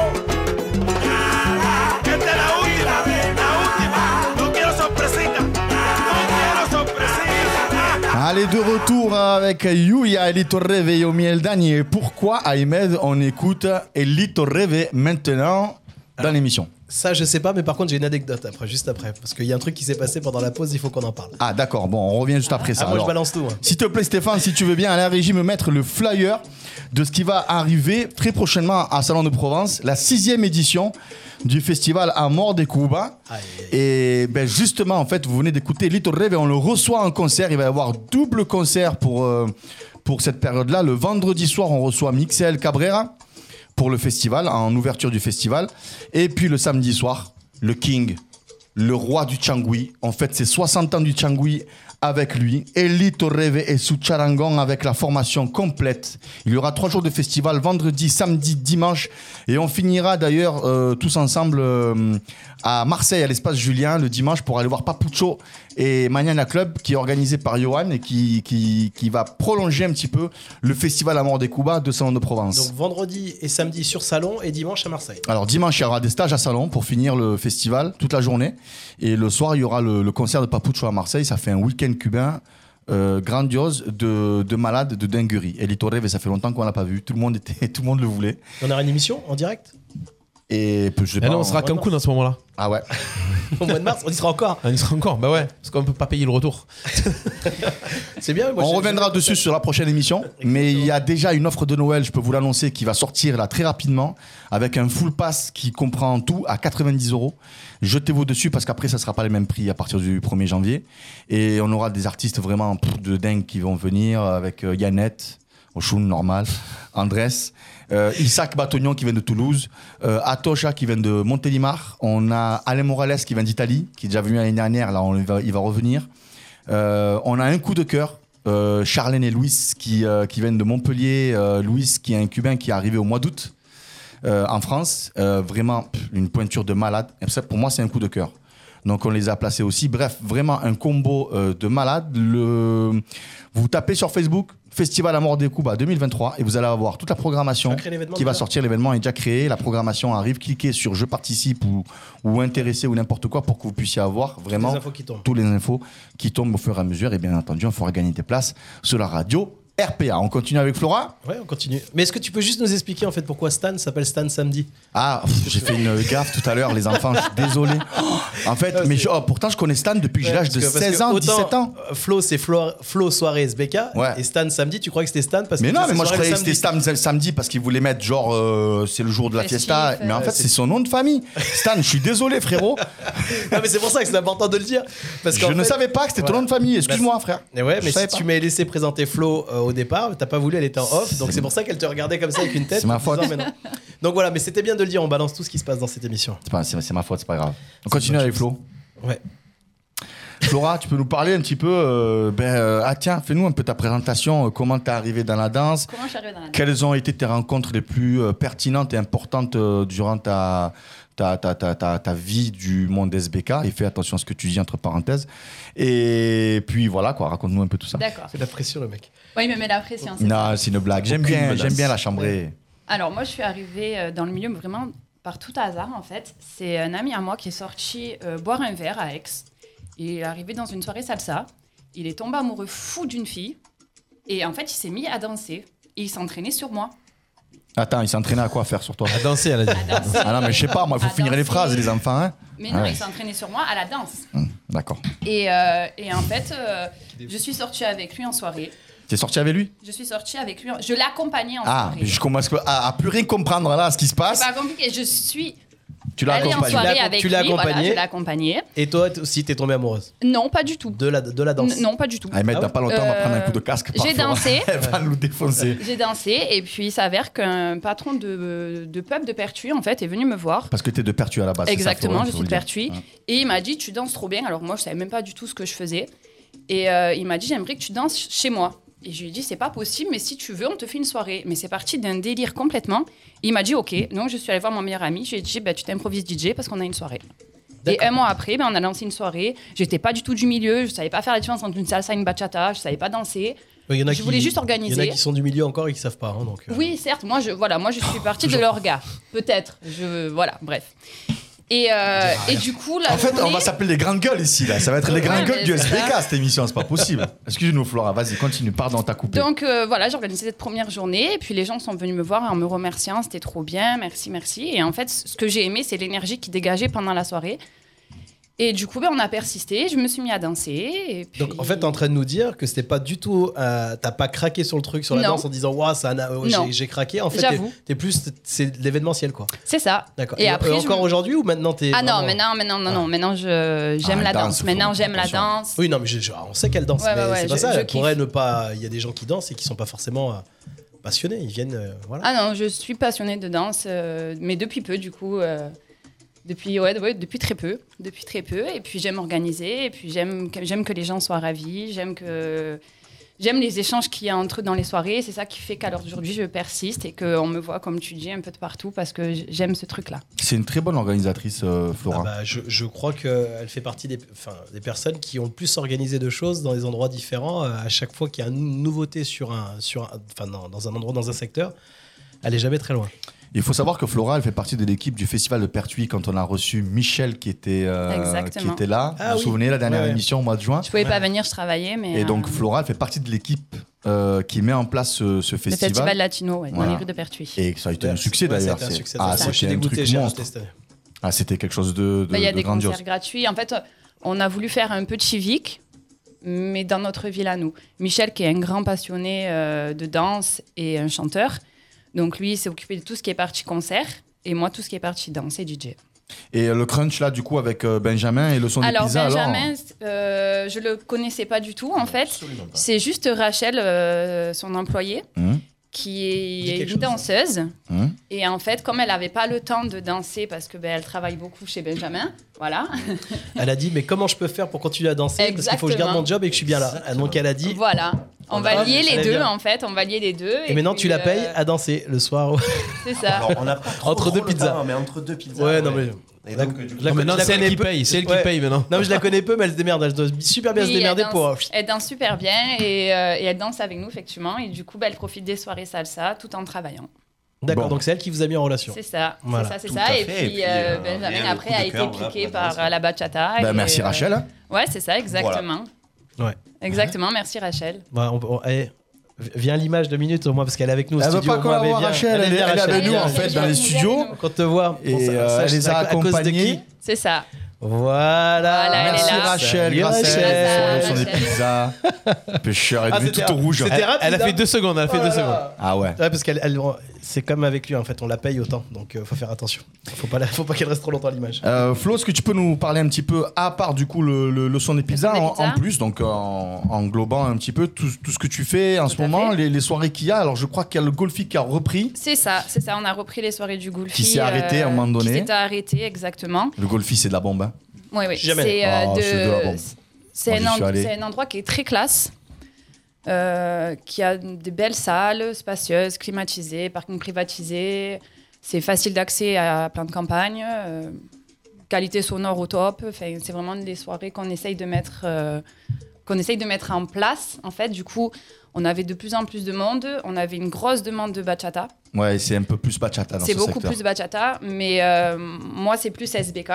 G: Esta es la última, la última. No quiero sorpresita, no quiero sorpresita.
D: Allez, de retour avec Yuya, Elito Reve, Yomi Eldani. Et pourquoi, Ahmed, on écoute Elito Reve maintenant dans l'émission
E: Ça, je sais pas, mais par contre, j'ai une anecdote après, juste après. Parce qu'il y a un truc qui s'est passé pendant la pause, il faut qu'on en parle.
D: Ah, d'accord, bon, on revient juste après ça.
E: Ah, moi, je
D: alors.
E: balance tout. hein.
D: S'il te plaît, Stéphane, si tu veux bien, à la régie, me mettre le flyer de ce qui va arriver très prochainement à Salon de Provence, la sixième édition du festival Amor des Cuba. Et ben, justement, en fait, vous venez d'écouter Little Rêve et on le reçoit en concert. Il va y avoir double concert pour, euh, pour cette période-là. Le vendredi soir, on reçoit Mixel Cabrera pour le festival, en ouverture du festival. Et puis le samedi soir, le King, le roi du Changui. On fête ses 60 ans du Changui avec lui. Elito Reve et Soucharangon avec la formation complète. Il y aura trois jours de festival, vendredi, samedi, dimanche. Et on finira d'ailleurs euh, tous ensemble euh, à Marseille, à l'espace Julien, le dimanche, pour aller voir Papucho et Maniana Club, qui est organisé par Johan et qui, qui, qui va prolonger un petit peu le festival à mort des Cuba de Salon de Provence.
E: Donc vendredi et samedi sur Salon et dimanche à Marseille.
D: Alors dimanche, il y aura des stages à Salon pour finir le festival toute la journée. Et le soir, il y aura le, le concert de Papucho à Marseille. Ça fait un week-end cubain euh, grandiose de, de malade, de dinguerie. Et Lito Rêve, ça fait longtemps qu'on l'a pas vu. Tout le monde était, tout le monde le voulait.
E: On aura une émission en direct
D: Et je sais
F: Ah
D: pas,
F: non, on sera à Cancun à ce moment-là.
D: Ah ouais.
E: au mois de mars. On y sera encore.
F: On y sera encore, bah ouais, parce qu'on peut pas payer le retour.
E: C'est bien.
D: on reviendra dessus sur la prochaine émission, mais il y a déjà une offre de Noël, je peux vous l'annoncer, qui va sortir là très rapidement, avec un full pass qui comprend tout à 90 euros. Jetez-vous dessus parce qu'après, ça sera pas les mêmes prix à partir du 1er janvier. Et on aura des artistes vraiment pff, de dingue qui vont venir avec euh, Yannette. Oshun, normal. Andrés. euh, Isaac Batognon qui vient de Toulouse. euh, Atocha qui vient de Montélimar. On a Alain Morales qui vient d'Italie, qui est déjà venu l'année dernière. Là, on, il, va, il va revenir. Euh, on a un coup de cœur. euh, Charlène et Louis qui, euh, qui viennent de Montpellier. euh, Louis qui est un Cubain qui est arrivé au mois d'août euh, en France. Euh, vraiment pff, une pointure de malade. Et ça, pour moi, c'est un coup de cœur. Donc on les a placés aussi. Bref, vraiment un combo euh, de malades. Le... Vous tapez sur Facebook Festival à mort des Cuba 2023 et vous allez avoir toute la programmation
E: vas créer l'événement
D: qui va
E: déjà
D: sortir. L'événement est déjà créé, la programmation arrive. Cliquez sur Je participe ou, ou intéressé ou n'importe quoi pour que vous puissiez avoir vraiment
E: les infos qui tombent.
D: toutes les infos qui tombent au fur et à mesure. Et bien entendu, on fera gagner des places sur la radio RPA. On continue avec Flora
E: Ouais, on continue. Mais est-ce que tu peux juste nous expliquer en fait pourquoi Stan s'appelle Stan samedi
D: Ah, pff, j'ai fait une gaffe tout à l'heure, les enfants, je suis désolé. Oh, en fait, mais je- oh, pourtant, je connais Stan depuis que j'ai l'âge de
E: Ah, Parce que- parce
D: 16
E: que
D: ans,
E: autant,
D: 17 ans.
E: euh, Flo, c'est Flo, Flo soirée SBK. Et Stan samedi, tu crois que c'était Stan parce
D: Mais
E: que
D: non,
E: c'est
D: mais moi je
E: soirée
D: croyais
E: le
D: que c'était
E: samedi.
D: Stan sam- samedi parce qu'ils voulaient mettre genre euh, c'est le jour de la
E: Festif,
D: fiesta.
E: euh,
D: Mais en
E: ouais,
D: fait,
E: c'est-
D: c'est son nom de famille. Stan, je suis désolé, frérot.
E: Non, mais c'est pour ça que c'est important de le dire. Parce qu'en
D: Je ne
E: fait-
D: savais pas que c'était ton
E: Voilà.
D: nom de famille.
E: Bah,
D: Excuse-moi, frère.
E: Mais ouais,
D: Je
E: mais
D: savais
E: si
D: pas.
E: tu m'avais laissé présenter Flo euh, au départ, t'as pas voulu, elle était en off, donc c'est pour ça qu'elle te regardait comme ça avec une tête.
D: C'est ma
E: en disant,
D: faute.
E: mais non. donc voilà, mais c'était bien de le dire, on balance tout ce qui se passe dans cette émission.
D: C'est pas- C'est c'est ma faute, c'est pas grave. On continue avec Flo.
E: Ouais.
D: Flora, tu peux nous parler un petit peu. euh, ben, euh, ah tiens, fais-nous un peu ta présentation. euh, comment t'es arrivée dans la danse
L: Comment je suis arrivée dans la danse
D: Quelles ont été tes rencontres les plus euh, pertinentes et importantes euh, durant ta, ta, ta, ta, ta, ta vie du monde SBK Et fais attention à ce que tu dis entre parenthèses. Et puis voilà, quoi, raconte-nous un peu tout ça.
L: D'accord.
E: C'est la pression, le mec.
L: Oui, il me met la pression. c'est ça.
D: Non, c'est une blague. J'aime
E: Aucune
D: bien,
E: menace.
D: j'aime bien la chambrée.
L: Alors moi, je suis arrivée euh, dans le milieu vraiment par tout hasard en fait. C'est un ami à moi qui est sorti euh, boire un verre à Aix. Il est arrivé dans une soirée salsa. Il est tombé amoureux fou d'une fille et en fait, il s'est mis à danser. Et il s'entraînait sur moi.
D: Attends, il s'entraînait à quoi faire sur toi
F: À danser, elle a dit.
L: danser.
D: Ah non, mais je sais pas, moi, il faut
L: À
D: finir les
L: danser.
D: phrases, les enfants. hein.
L: Mais non,
D: Ouais. Mmh.
L: il s'entraînait sur moi à la danse.
D: D'accord.
L: Et, euh, et en fait, euh, je suis sortie avec lui en soirée.
D: T'es sorti avec lui
L: Je suis sortie avec lui. en- Je l'accompagnais en Bah,
D: Ah,
L: soirée.
D: mais je commence à, à plus rien comprendre là, ce qui se passe.
L: C'est pas compliqué. Je suis
D: Tu l'as
L: allée en
D: accompagné.
L: soirée
E: Tu l'as-
L: avec
E: tu l'as
L: lui. Voilà,
E: accompagné.
L: je l'ai accompagné.
E: Et toi t- aussi, t'es tombée amoureuse
L: Non, pas du tout.
E: de la, de la danse
L: N- non, pas du tout.
D: Allez, mec, dans Eh, pas longtemps, on va
L: Euh,
D: prendre un coup de casque. par
L: j'ai
D: Flora.
L: dansé.
D: Elle va nous défoncer.
L: J'ai dansé et puis il s'avère qu'un patron de, de pub de Pertuis en fait est venu me voir.
D: Parce que t'es de Pertu à la base. c'est ça,
L: Exactement,
D: Flora,
L: je
D: Ah, faut
L: suis de
D: le dire.
L: Pertuis.
D: Hein.
L: Et il m'a dit tu danses trop bien. Alors moi je savais même pas du tout ce que je faisais. Et euh, il m'a dit j'aimerais que tu danses ch- chez moi. Et je lui ai dit c'est pas possible mais si tu veux on te fait une soirée. Mais c'est parti d'un délire complètement. Et il m'a dit ok. Donc je suis allée voir mon meilleur ami. Je lui ai dit bah, tu t'improvises DJ parce qu'on a une soirée. Et un mois après, ben, on a lancé une soirée. J'étais pas du tout du milieu. Je savais pas faire la différence entre une salsa et une bachata. Je savais pas danser.
E: Il y en a
L: je
E: qui-
L: voulais
E: Il
L: juste
E: y
L: organiser.
E: en a qui sont du milieu encore et qui savent pas. hein, donc, euh,
L: Oui, certes, moi je, voilà, moi je
E: Oh,
L: suis partie de l'orga, peut-être. Je, voilà, bref. Et, euh, et du coup, la
D: En fait, on
L: journée-
D: va s'appeler les grandes gueules ici, là. Ça va être les
L: Ouais,
D: grandes
L: mais
D: gueules du
L: c'est
D: SPK,
L: ça.
D: cette émission, c'est pas possible. Excuse-nous, Flora, vas-y, continue. Pardon, t'as coupé.
L: donc euh, voilà, j'ai organisé cette première journée, et puis les gens sont venus me voir en me remerciant, c'était trop bien, merci, merci. Et en fait, ce que j'ai aimé, c'est l'énergie qui dégageait pendant la soirée. Et du coup, ben, on a persisté, je me suis mis à danser. Et puis...
E: Donc en fait, t'es en train de nous dire que c'était pas du tout. euh, t'as pas craqué sur le truc, sur la
L: Non.
E: danse en disant Waouh, ça n'a- euh,
L: Non.
E: j'ai- j'ai craqué. En fait, t'es-
L: J'avoue.
E: t'es plus. C'est de l'événementiel quoi.
L: C'est ça.
E: D'accord.
L: Et
E: euh,
L: après, je
E: encore
L: me-
E: aujourd'hui ou maintenant t'es.
L: Ah non,
E: vraiment-
L: maintenant, maintenant, non, non, maintenant je- j'aime
E: Ah,
L: la
E: danse,
L: danse.
E: faut-
L: Maintenant, j'aime la
E: attention.
L: danse.
E: Oui, non, mais je- je- on sait qu'elle danse,
L: Ouais,
E: mais
L: ouais,
E: c'est
L: ouais,
E: pas
L: je-
E: ça.
L: je
E: Elle pourrait ne pas. Il y a des gens qui dansent et qui sont pas forcément euh, passionnés. Ils viennent. euh, voilà.
L: Ah non, je suis passionnée de danse, euh, mais depuis peu, du coup. euh, depuis, ouais, ouais, depuis très peu. Depuis très peu. Et puis j'aime organiser, et puis j'aime que, j'aime que les gens soient ravis, j'aime que. J'aime les échanges qu'il y a entre eux dans les soirées, et c'est ça qui fait qu'aujourd'hui je persiste et qu'on me voit, comme tu dis, un peu de partout parce que j- j'aime ce truc-là.
D: C'est une très bonne organisatrice, euh, Flora.
E: Ah bah, je, je crois qu'elle fait partie des, enfin, des personnes qui ont le plus organisé de choses dans des endroits différents. Euh, À chaque fois qu'il y a une nouveauté sur un, sur un- enfin, dans, dans un endroit, dans un secteur, elle est jamais très loin.
D: Il faut savoir que Flora, elle fait partie de l'équipe du Festival de Pertuis quand on a reçu Michel qui était, euh, qui
L: Exactement.
D: était là.
L: Ah
D: vous vous
L: oui.
D: souvenez, la dernière
L: Ouais, ouais.
D: émission au mois de juin
L: Je pouvais pas venir, je travaillais, mais.
D: Et donc
L: euh,
D: Flora, elle fait partie de l'équipe euh, qui met en place ce, ce
L: le
D: festival.
L: festival latino, ouais, dans
D: Voilà.
L: les rues de Pertuis.
D: Et ça a été un succès
E: Ouais, ça a
D: d'ailleurs.
E: été un
D: C'est-
E: succès,
D: Ah,
E: ça. Moi, je suis
D: c'était un
E: dégoûté,
D: truc
E: j'ai
D: monstre.
E: raté cette année.
D: Ah, c'était quelque chose de, de,
L: Bah, Il y a
D: de
L: des
D: grandiose.
L: concerts gratuits. En fait, euh, on a voulu faire un peu de civique, mais dans notre ville à nous. Michel, qui est un grand passionné euh, de danse et un chanteur, donc lui il s'est occupé de tout ce qui est partie concert, et moi tout ce qui est partie danse et DJ.
D: Et euh, le crunch là, du coup, avec euh, Benjamin et le son
L: alors
D: des pizzas.
L: Benjamin, euh, je le connaissais pas du tout en fait. C'est juste Rachel, euh, son employée,
D: Hmm.
L: qui est une danseuse.
D: Hmm.
L: Et en fait, comme elle n'avait pas le temps de danser parce que ben, elle travaille beaucoup chez Benjamin, voilà.
E: Elle a dit, mais comment je peux faire pour continuer à danser Parce qu'il faut que je garde
L: Exactement.
E: mon job et que je suis bien là. Ah, Donc elle a dit,
L: Voilà, on va
E: Voilà.
L: lier
E: Ça va
L: les deux
E: bien.
L: en fait, on va lier les deux.
E: et maintenant
L: puis,
E: tu la
L: euh,
E: payes à danser le soir.
L: c'est ça.
D: Ah,
E: entre deux pizzas.
M: mais entre deux pizzas.
E: Ouais, non mais.
M: Et donc, du coup,
E: la-
F: maintenant,
E: je la
F: c'est elle
E: connais
F: qui
E: peu.
F: paye, c'est elle qui
E: Ouais.
F: paye maintenant.
E: Non, mais je la connais peu, mais elle se démerde. Elle doit super bien
L: Oui,
E: se démerder
L: elle danse,
E: pour. euh,
L: Elle danse super bien et, euh, et elle danse avec nous effectivement. Et du coup, ben, elle profite des soirées salsa tout en travaillant.
E: D'accord, donc c'est elle qui vous a mis en relation.
L: C'est ça,
E: Voilà.
L: c'est ça, c'est
E: Tout
L: ça.
E: à
L: Et
E: fait,
L: puis,
E: et puis,
L: euh,
E: euh,
L: Benjamin
E: et le
L: après
E: coup de
L: a été
E: cœur, voilà,
L: piqué
E: pour la
L: par euh, la
D: Ben,
L: bachata.
E: Bah,
L: et,
E: merci,
L: euh,
E: Rachel, hein.
L: Ouais, c'est ça, exactement.
E: Ouais.
L: Exactement, merci Rachel.
E: Bah, on- on- eh, v- viens l'image de minutes au moins parce qu'elle est avec nous au
D: Elle veut
E: studio.
D: pas
E: au
D: qu'on
E: moins,
D: la
E: mais
D: voit,
E: viens.
D: Rachel, elle est-
E: Ah
D: elle est
E: bah,
D: avec nous, en fait, dans les studios.
E: Quand on te voit,
D: Et,
E: on s-
D: euh,
E: sache
D: elle les a
E: à- à cause de
D: accompagnés.
E: qui
L: C'est ça.
E: Voilà.
L: Voilà, elle est
D: Merci
L: là.
D: Rachel,
E: Salut,
D: grâce à elle,
E: Rachel.
D: sur le son des pizzas. Pêcheur est
E: Ah,
D: devenu
E: c'était
D: tout
E: ra-
D: rouge.
E: c'était rapide, hein. Oh là là.
D: Ah ouais.
E: parce qu'elle, elle- c'est comme avec lui en fait, on la paye autant, donc euh, faut faire attention. Faut pas, la- faut pas qu'elle reste trop longtemps à l'image.
D: Euh, Flo, est-ce que tu peux nous parler un petit peu, à part du coup le, le- le son des
E: son
D: pizzas,
E: des
D: en,
E: pizzas.
D: en plus, donc en, englobant un petit peu tout, tout ce que tu fais en ce moment, les, les soirées qu'il y a. Alors je crois qu'il y a le Golfi qui a repris.
L: C'est ça, c'est ça. On a repris les soirées du Goulfi.
D: Qui
L: euh,
D: s'est arrêté à un moment donné.
L: Qui s'est arrêté, exactement.
D: Le Golfi, c'est de la bombe. hein.
L: Oui, oui.
D: Jamais.
L: C'est euh,
D: Ah,
L: de-
D: c'est de la bombe.
L: c'est
D: Moi,
L: un,
D: j'y suis
L: endro-
D: allé.
L: c'est un endroit qui est très classe, euh, qui a des belles salles spacieuses, climatisées, parking privatisé. C'est facile d'accès à plein de campagnes. euh, qualité sonore au top. Enfin, c'est vraiment des soirées qu'on essaye de mettre euh, qu'on essaye de mettre en place. En fait, du coup, on avait de plus en plus de monde. On avait une grosse demande de bachata.
D: Ouais, c'est un peu plus
E: Ah
D: bachata dans
L: C'est
D: ce
L: beaucoup
D: secteur.
L: plus de bachata, mais euh, moi c'est plus SBK.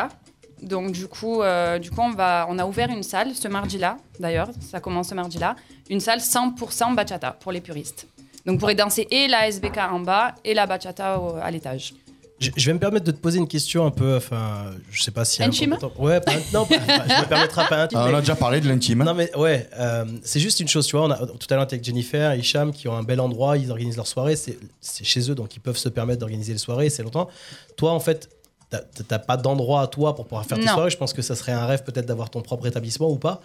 L: Donc du coup, euh, du coup on, va, on a ouvert une salle ce mardi-là, d'ailleurs, ça commence ce mardi-là, une salle 100% bachata pour les puristes. Donc vous pourrez danser et la SBK en bas et la bachata au- à l'étage.
E: Je, je vais me permettre de te poser une question un peu, enfin, je sais pas si.
L: Intime
E: incompétent- Ouais, pas- non, pas- enfin, je me permettrai pas intime.
D: Ah, on
E: mais-
D: a déjà parlé de l'intime.
E: Non mais ouais, euh, c'est juste une chose, tu vois, on a, tout à l'heure on était avec Jennifer, Hicham, qui ont un bel endroit, ils organisent leurs soirées, c'est c'est chez eux, donc ils peuvent se permettre d'organiser les soirées, c'est longtemps. Toi en fait, t'as- t'as pas d'endroit à toi pour pouvoir faire tes
L: Non.
E: soirées, je pense que ça serait un rêve peut-être d'avoir ton propre établissement ou pas.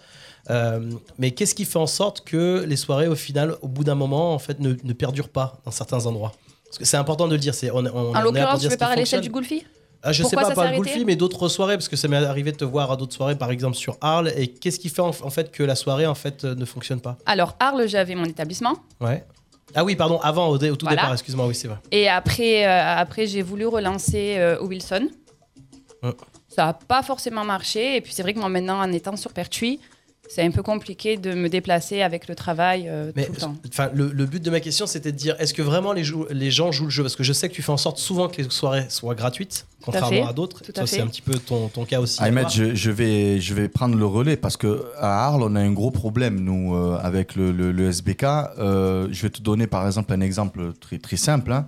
E: Euh, mais qu'est-ce qui fait en sorte que les soirées au final, au bout d'un moment, en fait, ne, ne perdurent pas dans certains endroits Parce que c'est important de le dire, c'est on, on- on est là
L: en
E: pour dire
L: l'occurrence, tu
E: ce
L: veux
E: qui
L: parler à l'échelle
E: fonctionne.
L: du Goulfi
E: Ah, je
L: Pourquoi
E: sais
L: ça
E: pas par
L: s'est
E: le
L: arrêté
E: Goulfi, mais d'autres soirées, parce que ça m'est arrivé de te voir à d'autres soirées, par exemple sur Arles. Et qu'est-ce qui fait en, en fait que la soirée en fait euh, ne fonctionne pas
L: Alors Arles, j'avais mon établissement.
E: Ouais. Ah oui, pardon, avant, au, dé- au tout
L: Voilà.
E: départ, excuse-moi, oui, c'est vrai.
L: Et après, euh, après j'ai voulu relancer euh, au Wilson.
E: Ouais.
L: Ça n'a pas forcément marché. Et puis c'est vrai que moi, maintenant, en étant sur Pertuis, c'est un peu compliqué de me déplacer avec le travail euh,
E: Mais
L: tout le temps.
E: enfin, le, le but de ma question, c'était de dire est-ce que vraiment les, jou- les gens jouent le jeu Parce que je sais que tu fais en sorte souvent que les soirées soient gratuites,
L: à
E: contrairement
L: fait,
E: à, d'autres.
L: tout à
E: Toi, c'est
L: fait.
E: un petit peu ton, ton cas aussi.
D: Ahmed, je, je vais, je vais prendre le relais parce que à Arles, on a un gros problème, nous, euh, avec le, le- le SBK. Euh, je vais te donner, par exemple, un exemple très, très simple. hein.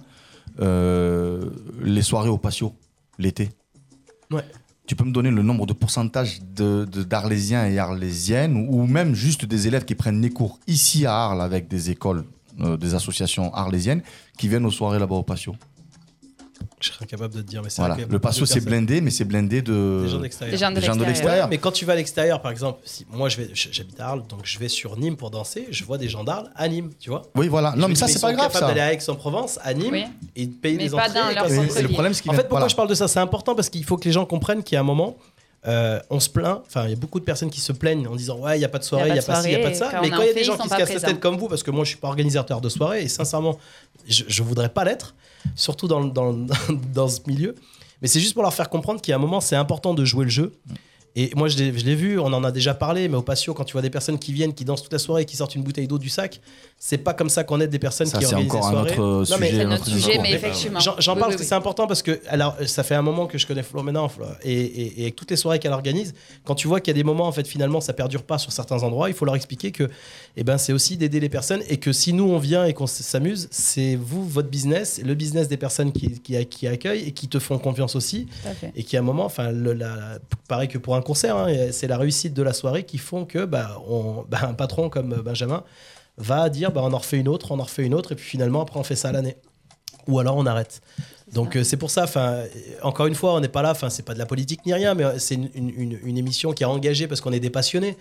D: Euh, les soirées au patio, l'été.
E: Ouais.
D: Tu peux me donner le nombre de pourcentages de- de- d'Arlésiens et Arlésiennes, ou ou même juste des élèves qui prennent des cours ici à Arles avec des écoles, euh, des associations arlésiennes, qui viennent aux soirées là-bas au patio
E: Je serais incapable de te dire, mais c'est
D: Voilà.
E: vrai qu'il y a beaucoup
D: Le
E: de
D: patio, c'est
E: personnes-
D: blindé, mais c'est blindé de...
E: Des gens d'extérieur.
D: Des gens de l'extérieur.
E: Ouais, mais quand tu vas à l'extérieur, par exemple, si moi je vais, j- j'habite à Arles, donc je vais sur Nîmes pour danser, je vois des gens d'Arles à Nîmes, tu vois.
D: Oui, voilà. Ah Non,
E: Je me
D: mais
E: dis,
D: ça, c'est
E: ils
D: pas
E: sont
D: grave,
E: capables
D: ça.
E: d'aller à Aix-en-Provence, à Nîmes,
L: Oui.
E: et de payer
L: Mais
E: les
L: pas
E: entrées.
L: dans
E: et
L: leur
E: comme ça,
L: centre-ville.
E: c'est
L: Le problème, c'est
D: qu'il
E: En
D: vient-
E: fait, pourquoi
D: voilà.
E: je parle de ça C'est important parce qu'il faut que les gens comprennent qu'il y a un moment. euh, on se plaint, enfin il y a beaucoup de personnes qui se plaignent en disant ouais il n'y a pas de soirée, il
L: Y
E: n'y a pas ci, il n'y a pas de ça.
L: soirée,
E: Mais
L: et quand
E: quand il y a
L: on en
E: des
L: fait,
E: gens
L: ils
E: qui
L: sont
E: se
L: pas
E: cassent la tête
L: présents.
E: comme vous, parce que moi je suis pas organisateur de soirée et sincèrement je, je voudrais pas l'être, surtout dans, le- dans, le- dans ce milieu. Mais c'est juste pour leur faire comprendre qu'il y a un moment c'est important de jouer le jeu Et moi, je l'ai je l'ai vu, on en a déjà parlé, mais au patio, quand tu vois des personnes qui viennent, qui dansent toute la soirée, qui sortent une bouteille d'eau du sac, c'est pas comme ça qu'on aide des personnes
D: Ça,
E: qui
D: c'est
E: organisent des
D: encore un
E: soirées.
D: autre, euh, sujet, C'est un notre autre sujet, discours. mais effectivement.
E: J'en j'en
D: Oui,
E: parle
D: oui,
E: parce que
D: oui.
E: c'est important parce que alors, ça fait un moment que je connais Flo maintenant, Flo, et, et, et avec toutes les soirées qu'elle organise, quand tu vois qu'il y a des moments, en fait, finalement, ça perdure pas sur certains endroits, il faut leur expliquer que eh ben, c'est aussi d'aider les personnes et que si nous, on vient et qu'on s- s'amuse, c'est vous, votre business, le business des personnes qui, qui, qui accueillent et qui te font confiance aussi
F: Tout à fait.
E: et qui à un moment, enfin, le- la- la- pareil que pour un concert, hein, et c'est la réussite de la soirée qui font que bah, on, bah, un patron comme euh, Benjamin va dire bah, on en refait une autre, on en refait une autre, et puis finalement après on fait ça à l'année. Ou alors on arrête. Donc euh, c'est pour ça, enfin, euh, encore une fois, on n'est pas là, enfin, c'est pas de la politique ni rien, mais euh, c'est une, une- une- une émission qui est engagée parce qu'on est des passionnés.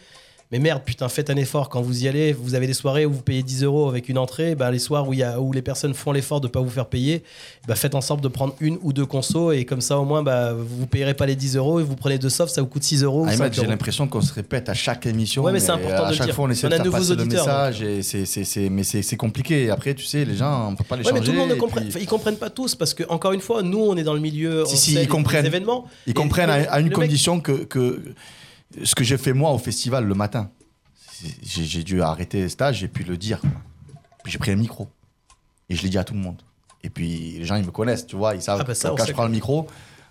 E: Mais merde, putain, faites un effort quand vous y allez. Vous avez des soirées où vous payez 10 euros avec une entrée. bah, les soirs où, il y a, où les personnes font l'effort de ne pas vous faire payer, bah, faites en sorte de prendre une ou deux consos. Et comme ça, au moins, bah, vous ne payerez pas les 10 euros et vous prenez deux softs. Ça vous coûte 6 euros. ou
D: Ahmed,
E: 5
D: Ah, j'ai
E: euros.
D: l'impression qu'on se répète à chaque émission.
E: Ouais, mais c'est important
D: à
E: de le
D: chaque
E: dire.
D: fois, on essaie
E: On
D: de
E: a
D: faire
E: nouveaux
D: passer le
E: auditeurs, hein.
D: message. Et c'est, c'est, c'est- mais c'est, c'est compliqué. Et après, tu sais, les gens, on peut pas les
E: Ouais, mais
D: changer.
E: tout le monde ne
D: et
E: comprend-
D: puis-
E: ils comprennent pas tous parce que encore une fois, nous on est dans le milieu, on
D: Si, si,
E: sait les-
D: ils comprennent.
E: les événements.
D: Ils
E: Et
D: comprennent
E: le-
D: à, à une
E: le mec-
D: condition que, que ce que j'ai fait moi au festival le matin. C'est- J'ai, j'ai dû arrêter le stage et puis le dire. quoi. Puis j'ai pris le micro et je l'ai dit à tout le monde. Et puis les gens, ils me connaissent, tu vois, ils savent
E: Ah bah ça,
D: que
E: on
D: quand
E: sait
D: je prends le micro,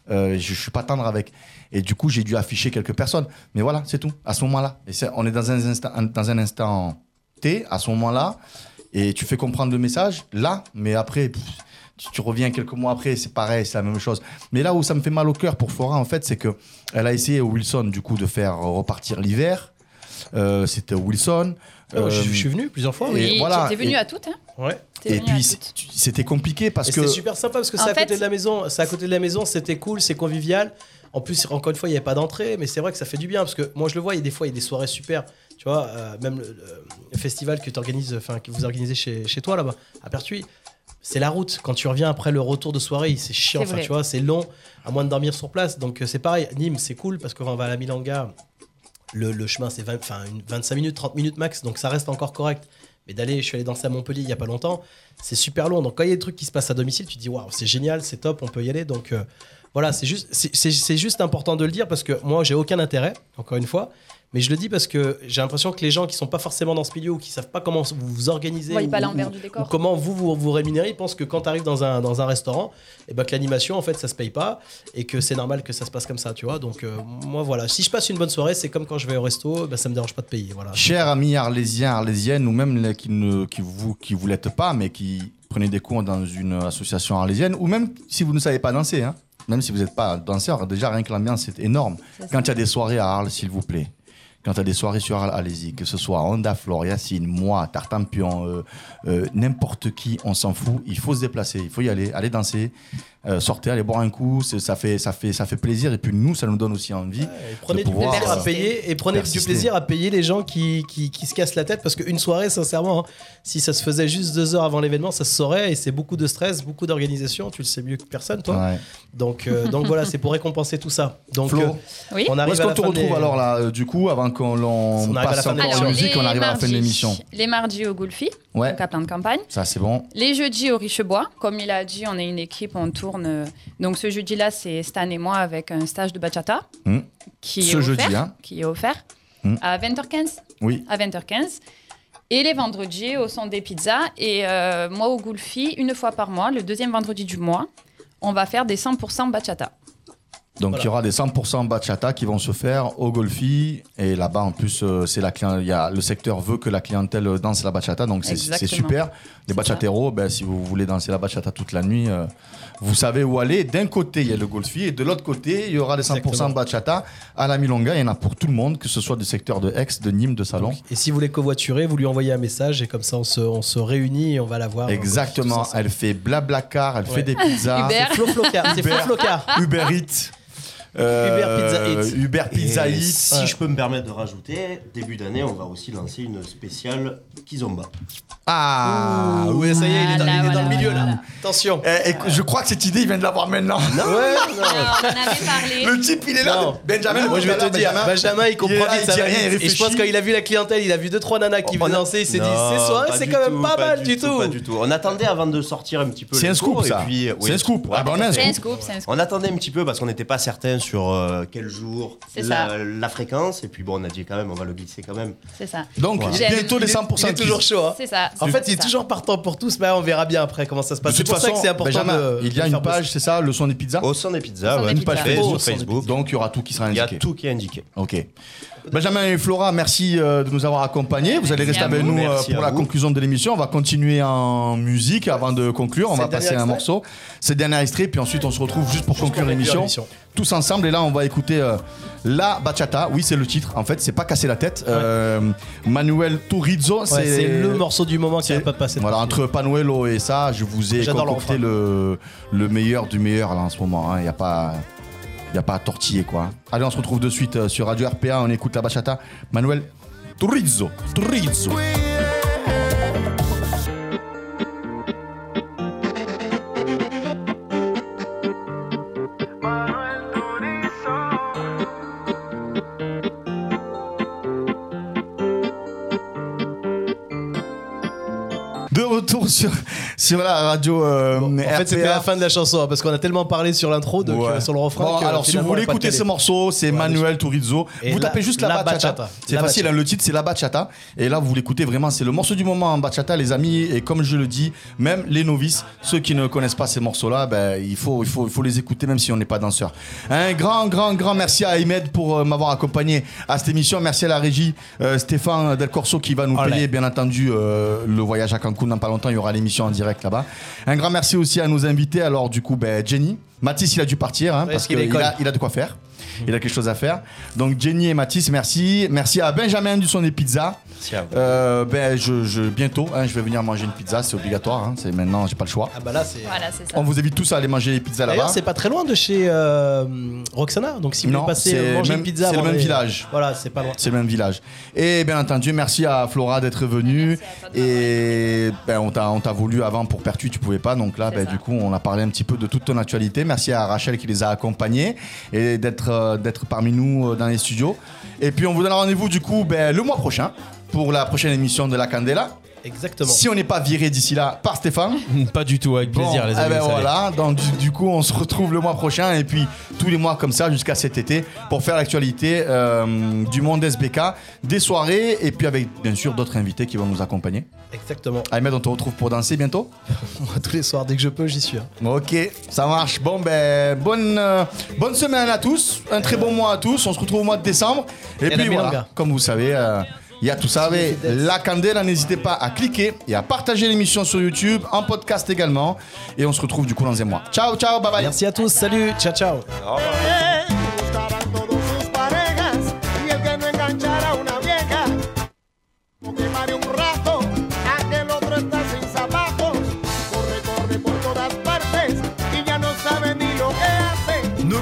D: euh, je, je suis pas tendre avec. Et du coup, j'ai dû afficher quelques personnes. Mais voilà, c'est tout, à ce moment-là. Et c'est- on est dans un, instant, un- dans un instant T, à ce moment-là, et tu fais comprendre le message là, mais après. pff, tu, tu reviens quelques mois après, c'est pareil, c'est la même chose. Mais là où ça me fait mal au cœur pour Flora, en fait, c'est que elle a essayé au Wilson, du coup, de faire repartir l'hiver. Euh, C'était au Wilson. Euh,
E: Ah, moi, je- je suis venu plusieurs fois, oui.
D: Et
L: Oui,
D: voilà.
L: t'étais venu
D: Et-
L: à toutes, hein
E: Ouais.
L: T'es
D: Et
L: venu à
D: puis,
L: toutes.
D: c'est- tu- c'était compliqué parce
E: Et
D: que.
E: c'était super sympa parce que
L: En
E: c'est à
L: fait-
E: côté de la maison, c'est à côté de la maison, c'était cool, c'est convivial. En plus, encore une fois, il n'y avait pas d'entrée, mais c'est vrai que ça fait du bien parce que moi je le vois, il y a des fois, il y a des soirées super. Tu vois, euh, même le, le festival que, t'organises, enfin, que vous organisez chez, chez toi là-bas, à Pertuis, c'est la route. Quand tu reviens après le retour de soirée, c'est chiant,
F: C'est
E: enfin,
F: vrai.
E: tu vois, c'est long, à moins de dormir sur place. Donc euh, c'est pareil, Nîmes, c'est cool parce que quand on va à la Milanga, le, le chemin, c'est 20 enfin, une 25 minutes, 30 minutes max, donc ça reste encore correct. Mais d'aller, je suis allé danser à Montpellier il y a pas longtemps, c'est super long. Donc quand il y a des trucs qui se passent à domicile, tu te dis waouh, c'est génial, c'est top, on peut y aller. Donc euh, voilà, c'est juste, c'est- c'est c'est juste important de le dire parce que moi, j'ai aucun intérêt, encore une fois. Mais je le dis parce que j'ai l'impression que les gens qui sont pas forcément dans ce milieu ou qui savent pas comment vous vous organisez,
L: Voient
E: ou-
L: pas
E: ou-
L: l'envers du
E: ou
L: décor.
E: comment vous vous, vous rémunérez, ils pensent que quand tu arrives dans un, dans un restaurant, et ben que l'animation en fait ça se paye pas et que c'est normal que ça se passe comme ça, tu vois. Donc euh, moi voilà, si je passe une bonne soirée, c'est comme quand je vais au resto, ben, ça me dérange pas de payer, voilà.
D: Chers amis arlésiens, arlésiennes, ou même les qui ne qui vous qui vous l'êtes pas, mais qui prenez des cours dans une association arlésienne, ou même si vous ne savez pas danser, hein, même si vous n'êtes pas danseur, déjà rien que l'ambiance c'est énorme.
N: C'est ça.
D: Quand il y a des soirées à Arles, s'il vous plaît. Quand il y a des soirées sur Arles, allez-y. Que ce soit Honda, Flor, Yacine, moi, Tartampion, euh, euh, n'importe qui, on s'en fout. Il faut se déplacer, il faut y aller, aller danser, euh, sortez, aller boire un coup. c'est- Ça fait, ça, fait, ça fait plaisir. Et puis nous, ça nous donne aussi envie.
E: Prenez
D: de
E: du
D: pouvoir,
E: plaisir à
D: euh,
E: payer et prenez du
D: persister.
E: plaisir à payer les gens qui, qui, qui se cassent la tête parce qu'une soirée, sincèrement, hein, si ça se faisait juste deux heures avant l'événement, ça se saurait et c'est beaucoup de stress, beaucoup d'organisation. Tu le sais mieux que personne, toi.
D: Ouais.
E: Donc, euh, donc voilà, c'est pour récompenser tout ça. Donc,
D: Flo,
E: euh, on
D: Où
E: arrive
D: est-ce
E: à
D: qu'on
E: la
D: te
E: fin des-
D: retrouve alors là, euh, du coup, avant qu'on l'on
E: On arrive à la
D: passe
E: fin des
D: encore en
E: émissions.
D: musique, on arrive à la fin de
L: mardis-
D: l'émission.
L: Les mardis au Goulfi,
D: Ouais.
L: donc à plein de campagne.
D: Ça, c'est bon.
L: Les jeudis au Richebois, comme il a dit, on est une équipe, on tourne. euh, Donc ce jeudi-là, c'est Stan et moi avec un stage de bachata
D: Hmm.
L: qui
D: Ce
L: est
D: jeudi,
L: offert,
D: hein.
L: qui est offert
D: Hmm.
L: à 20h15.
D: Oui.
L: À 20h15. Et les vendredis au son des pizzas. Et euh, moi au Goulfi, une fois par mois, le deuxième vendredi du mois, on va faire des 100% bachata.
D: Donc il y aura des 100% bachata qui vont se faire au Golfi et là-bas en plus euh, c'est la client- il y a, le secteur veut que la clientèle euh, danse la bachata donc c'est c'est
L: Exactement.
D: super. Les bachateros, ben, si vous voulez danser la bachata toute la nuit, euh, vous savez où aller. D'un côté il y a le Golfi et de l'autre côté il y aura des 100% bachata à la Milonga. Il y en a pour tout le monde, que ce soit du secteur de Aix, de Nîmes, de Salon.
E: Et si vous voulez covoiturer, vous lui envoyez un message et comme ça on se, on se réunit et on va la voir.
D: Exactement, elle fait blabla car, elle fait des pizzas.
E: C'est Flo Flocard. C'est Flo
D: Uber.
E: Flocard.
D: Uber Eats. Euh,
M: Uber Pizza Eats.
D: Uber Pizza
M: Et
D: Eats.
M: Si je peux me permettre de rajouter, début d'année, on va aussi lancer une spéciale Kizomba.
F: Ah
E: oui, ça y est, il est dans,
F: Voilà,
E: il est dans
F: voilà,
E: le milieu
F: voilà.
E: là. Attention.
D: Eh, je crois que cette idée, il vient de l'avoir maintenant.
E: ouais,
L: Ah, on avait parlé.
D: Le type, il est là.
E: Non.
D: Benjamin,
E: moi je vais
D: voilà,
E: te dire,
D: Benjamin,
E: Benjamin, il comprend
D: il est là,
E: vite,
D: il
E: ça
D: dit
E: va
D: rien,
E: vite.
D: il
E: Et je
D: réfléchit.
E: pense quand il a vu la clientèle, il a vu deux trois nanas qui venaient danser, il s'est dit, c'est soirée, c'est quand même pas, mal du tout.
M: Pas du tout. On attendait avant de sortir un petit peu.
D: C'est
M: les
D: un scoop,
M: cours, et
D: ça.
M: puis, euh, oui.
D: C'est un scoop. Ah bah, on a un
L: C'est un scoop, c'est un scoop.
M: On attendait un petit peu parce qu'on n'était pas certain sur euh, quel jour,
L: C'est
M: la,
L: ça.
M: la fréquence. Et puis bon, on a dit quand même, on va le glisser quand même.
L: C'est ça.
M: Donc, Voilà.
L: J'aime.
M: bientôt les 100%
E: Il est toujours
M: qui-
E: chaud. hein.
L: C'est ça.
E: En fait, il est
L: ça.
E: toujours partant pour tous, mais on verra bien après comment ça se passe.
D: De
E: C'est
D: toute
E: pour ça
D: façon,
E: que c'est important.
D: Benjamin,
E: de-
D: il y
E: de
D: a
E: faire
D: une page, c'est ça, le son des pizzas
M: Au son des pizzas,
D: Au son
M: ouais,
D: des
M: une
D: pizzas.
M: page Facebook,
D: Au son des
M: Facebook.
D: Donc il y aura tout qui sera
M: Il y
D: indiqué.
M: a tout qui est indiqué.
D: Ok. Benjamin et Flora, merci euh, de nous avoir accompagnés. Vous allez
M: Merci
D: rester
M: à
D: avec
M: vous.
D: nous euh,
M: Merci
D: pour
M: à
D: la
M: vous.
D: conclusion de l'émission. On va continuer en musique avant de conclure. On
M: C'est
D: va
M: le dernier
D: passer un
M: extrait
D: morceau. C'est le dernier extrait, puis ensuite on se retrouve juste pour conclure l'émission.
E: l'émission.
D: Tous ensemble, et là on va écouter euh, La Bachata. Oui, c'est le titre. En fait, c'est pas casser la tête. Euh, Manuel Turizo,
E: Ouais, c'est le morceau du moment qui va pas passer.
D: Voilà, entre Panuelo et ça, je vous ai
E: J'adore
D: concocté le, le meilleur du meilleur là en ce moment. hein. Il n'y a pas. Y a pas à tortiller quoi. Allez, on se retrouve de suite euh, sur Radio RPA. On écoute la bachata. Manuel Turizo. Turizo. De retour sur, sur la radio. euh,
E: En fait, c'était
D: RPA.
E: la fin de la chanson hein, parce qu'on a tellement parlé sur l'intro, donc
D: Ouais.
E: euh, sur le refrain.
D: Bon,
E: que,
D: alors, si vous
E: finalement, on
D: voulez
E: l'a pas
D: écouter
E: calé.
D: ce morceau, c'est Manuel Turizo.
E: Et
D: vous
E: la-
D: tapez juste la,
E: la
D: bachata.
E: bachata.
D: C'est
E: La
D: facile,
E: bachata.
D: hein, le titre, c'est la bachata. Et là, vous l'écoutez vraiment, c'est le morceau du moment en bachata, les amis. Et comme je le dis, même les novices, ceux qui ne connaissent pas ces morceaux-là, ben, il, faut, il, faut, il faut les écouter, même si on n'est pas danseur. Un grand, grand, grand merci à Ahmed pour euh, m'avoir accompagné à cette émission. Merci à la régie, euh, Stéphane Del Corso, qui va nous
E: Olé.
D: payer, bien entendu, euh, le voyage à Cancun dans pas longtemps. Il y aura l'émission en direct là-bas. Un grand merci aussi à nos invités. Alors, du coup, ben, Jenny. Mathis, il a dû partir hein,
E: Ouais,
D: parce
E: parce qu'il
D: qu'il
E: décolle.
D: a, il a de quoi faire. Il a quelque chose à faire. Donc Jenny et Mathis, merci. Merci à Benjamin du son des pizzas.
M: Merci à vous.
D: Euh, ben, je, je- bientôt, hein, je vais venir manger une pizza, c'est obligatoire. hein, c'est maintenant, j'ai pas le choix.
E: Ah bah là, c'est.
L: Voilà, c'est ça.
D: On vous invite tous à aller manger les pizzas
E: D'ailleurs,
D: là-bas.
E: c'est pas très loin de chez euh, Roxana, donc si vous
D: Non,
E: voulez passer
D: c'est
E: euh, manger
D: même-
E: une pizza,
D: c'est le
E: avant
D: même
E: d'aller-
D: village.
E: Voilà, c'est pas loin.
D: C'est le même village. Et bien entendu, merci à Flora d'être venue. Et ben, on t'a on t'a voulu avant pour Pertu, tu pouvais pas. Donc là, ben, du coup, on a parlé un petit peu de toute ton actualité. Merci à Rachel qui les a accompagnés et d'être euh, d'être parmi nous euh, dans les studios. Et puis, on vous donne rendez-vous du coup ben, le mois prochain pour la prochaine émission de La Candela.
E: Exactement.
D: Si on n'est pas viré d'ici là par Stéphane.
E: hein.
F: Pas du tout, avec plaisir,
D: Bon,
E: ah
F: les
D: eh
F: amis.
D: ben
F: vous savez.
D: voilà, donc du, du coup, on se retrouve le mois prochain et puis tous les mois comme ça jusqu'à cet été pour faire l'actualité euh, du monde SBK, des soirées et puis avec bien sûr d'autres invités qui vont nous accompagner.
E: Exactement.
D: Ahmed, on te retrouve pour danser bientôt
E: Moi, tous les soirs, dès que je peux, j'y suis. hein.
D: Ok, ça marche. Bon, ben, bonne, euh, bonne semaine à tous, un très bon mois à tous. On se retrouve au mois de décembre. Et,
E: Et la
D: puis voilà,
E: milonga.
D: comme vous savez, euh, il y a tout ça. avec La Candela, n'hésitez pas à cliquer et à partager l'émission sur YouTube, en podcast également. Et on se retrouve du coup dans un mois. Ciao, ciao, bye bye.
E: Merci à tous, salut, ciao, ciao.
J: Gustarán todos sus parejas y el que no enganchara a una vieja. O que mare un rato, aquel otro está sin zapatos. Corre, corre por todas partes y ya no sabe ni lo que hace.
N: Nos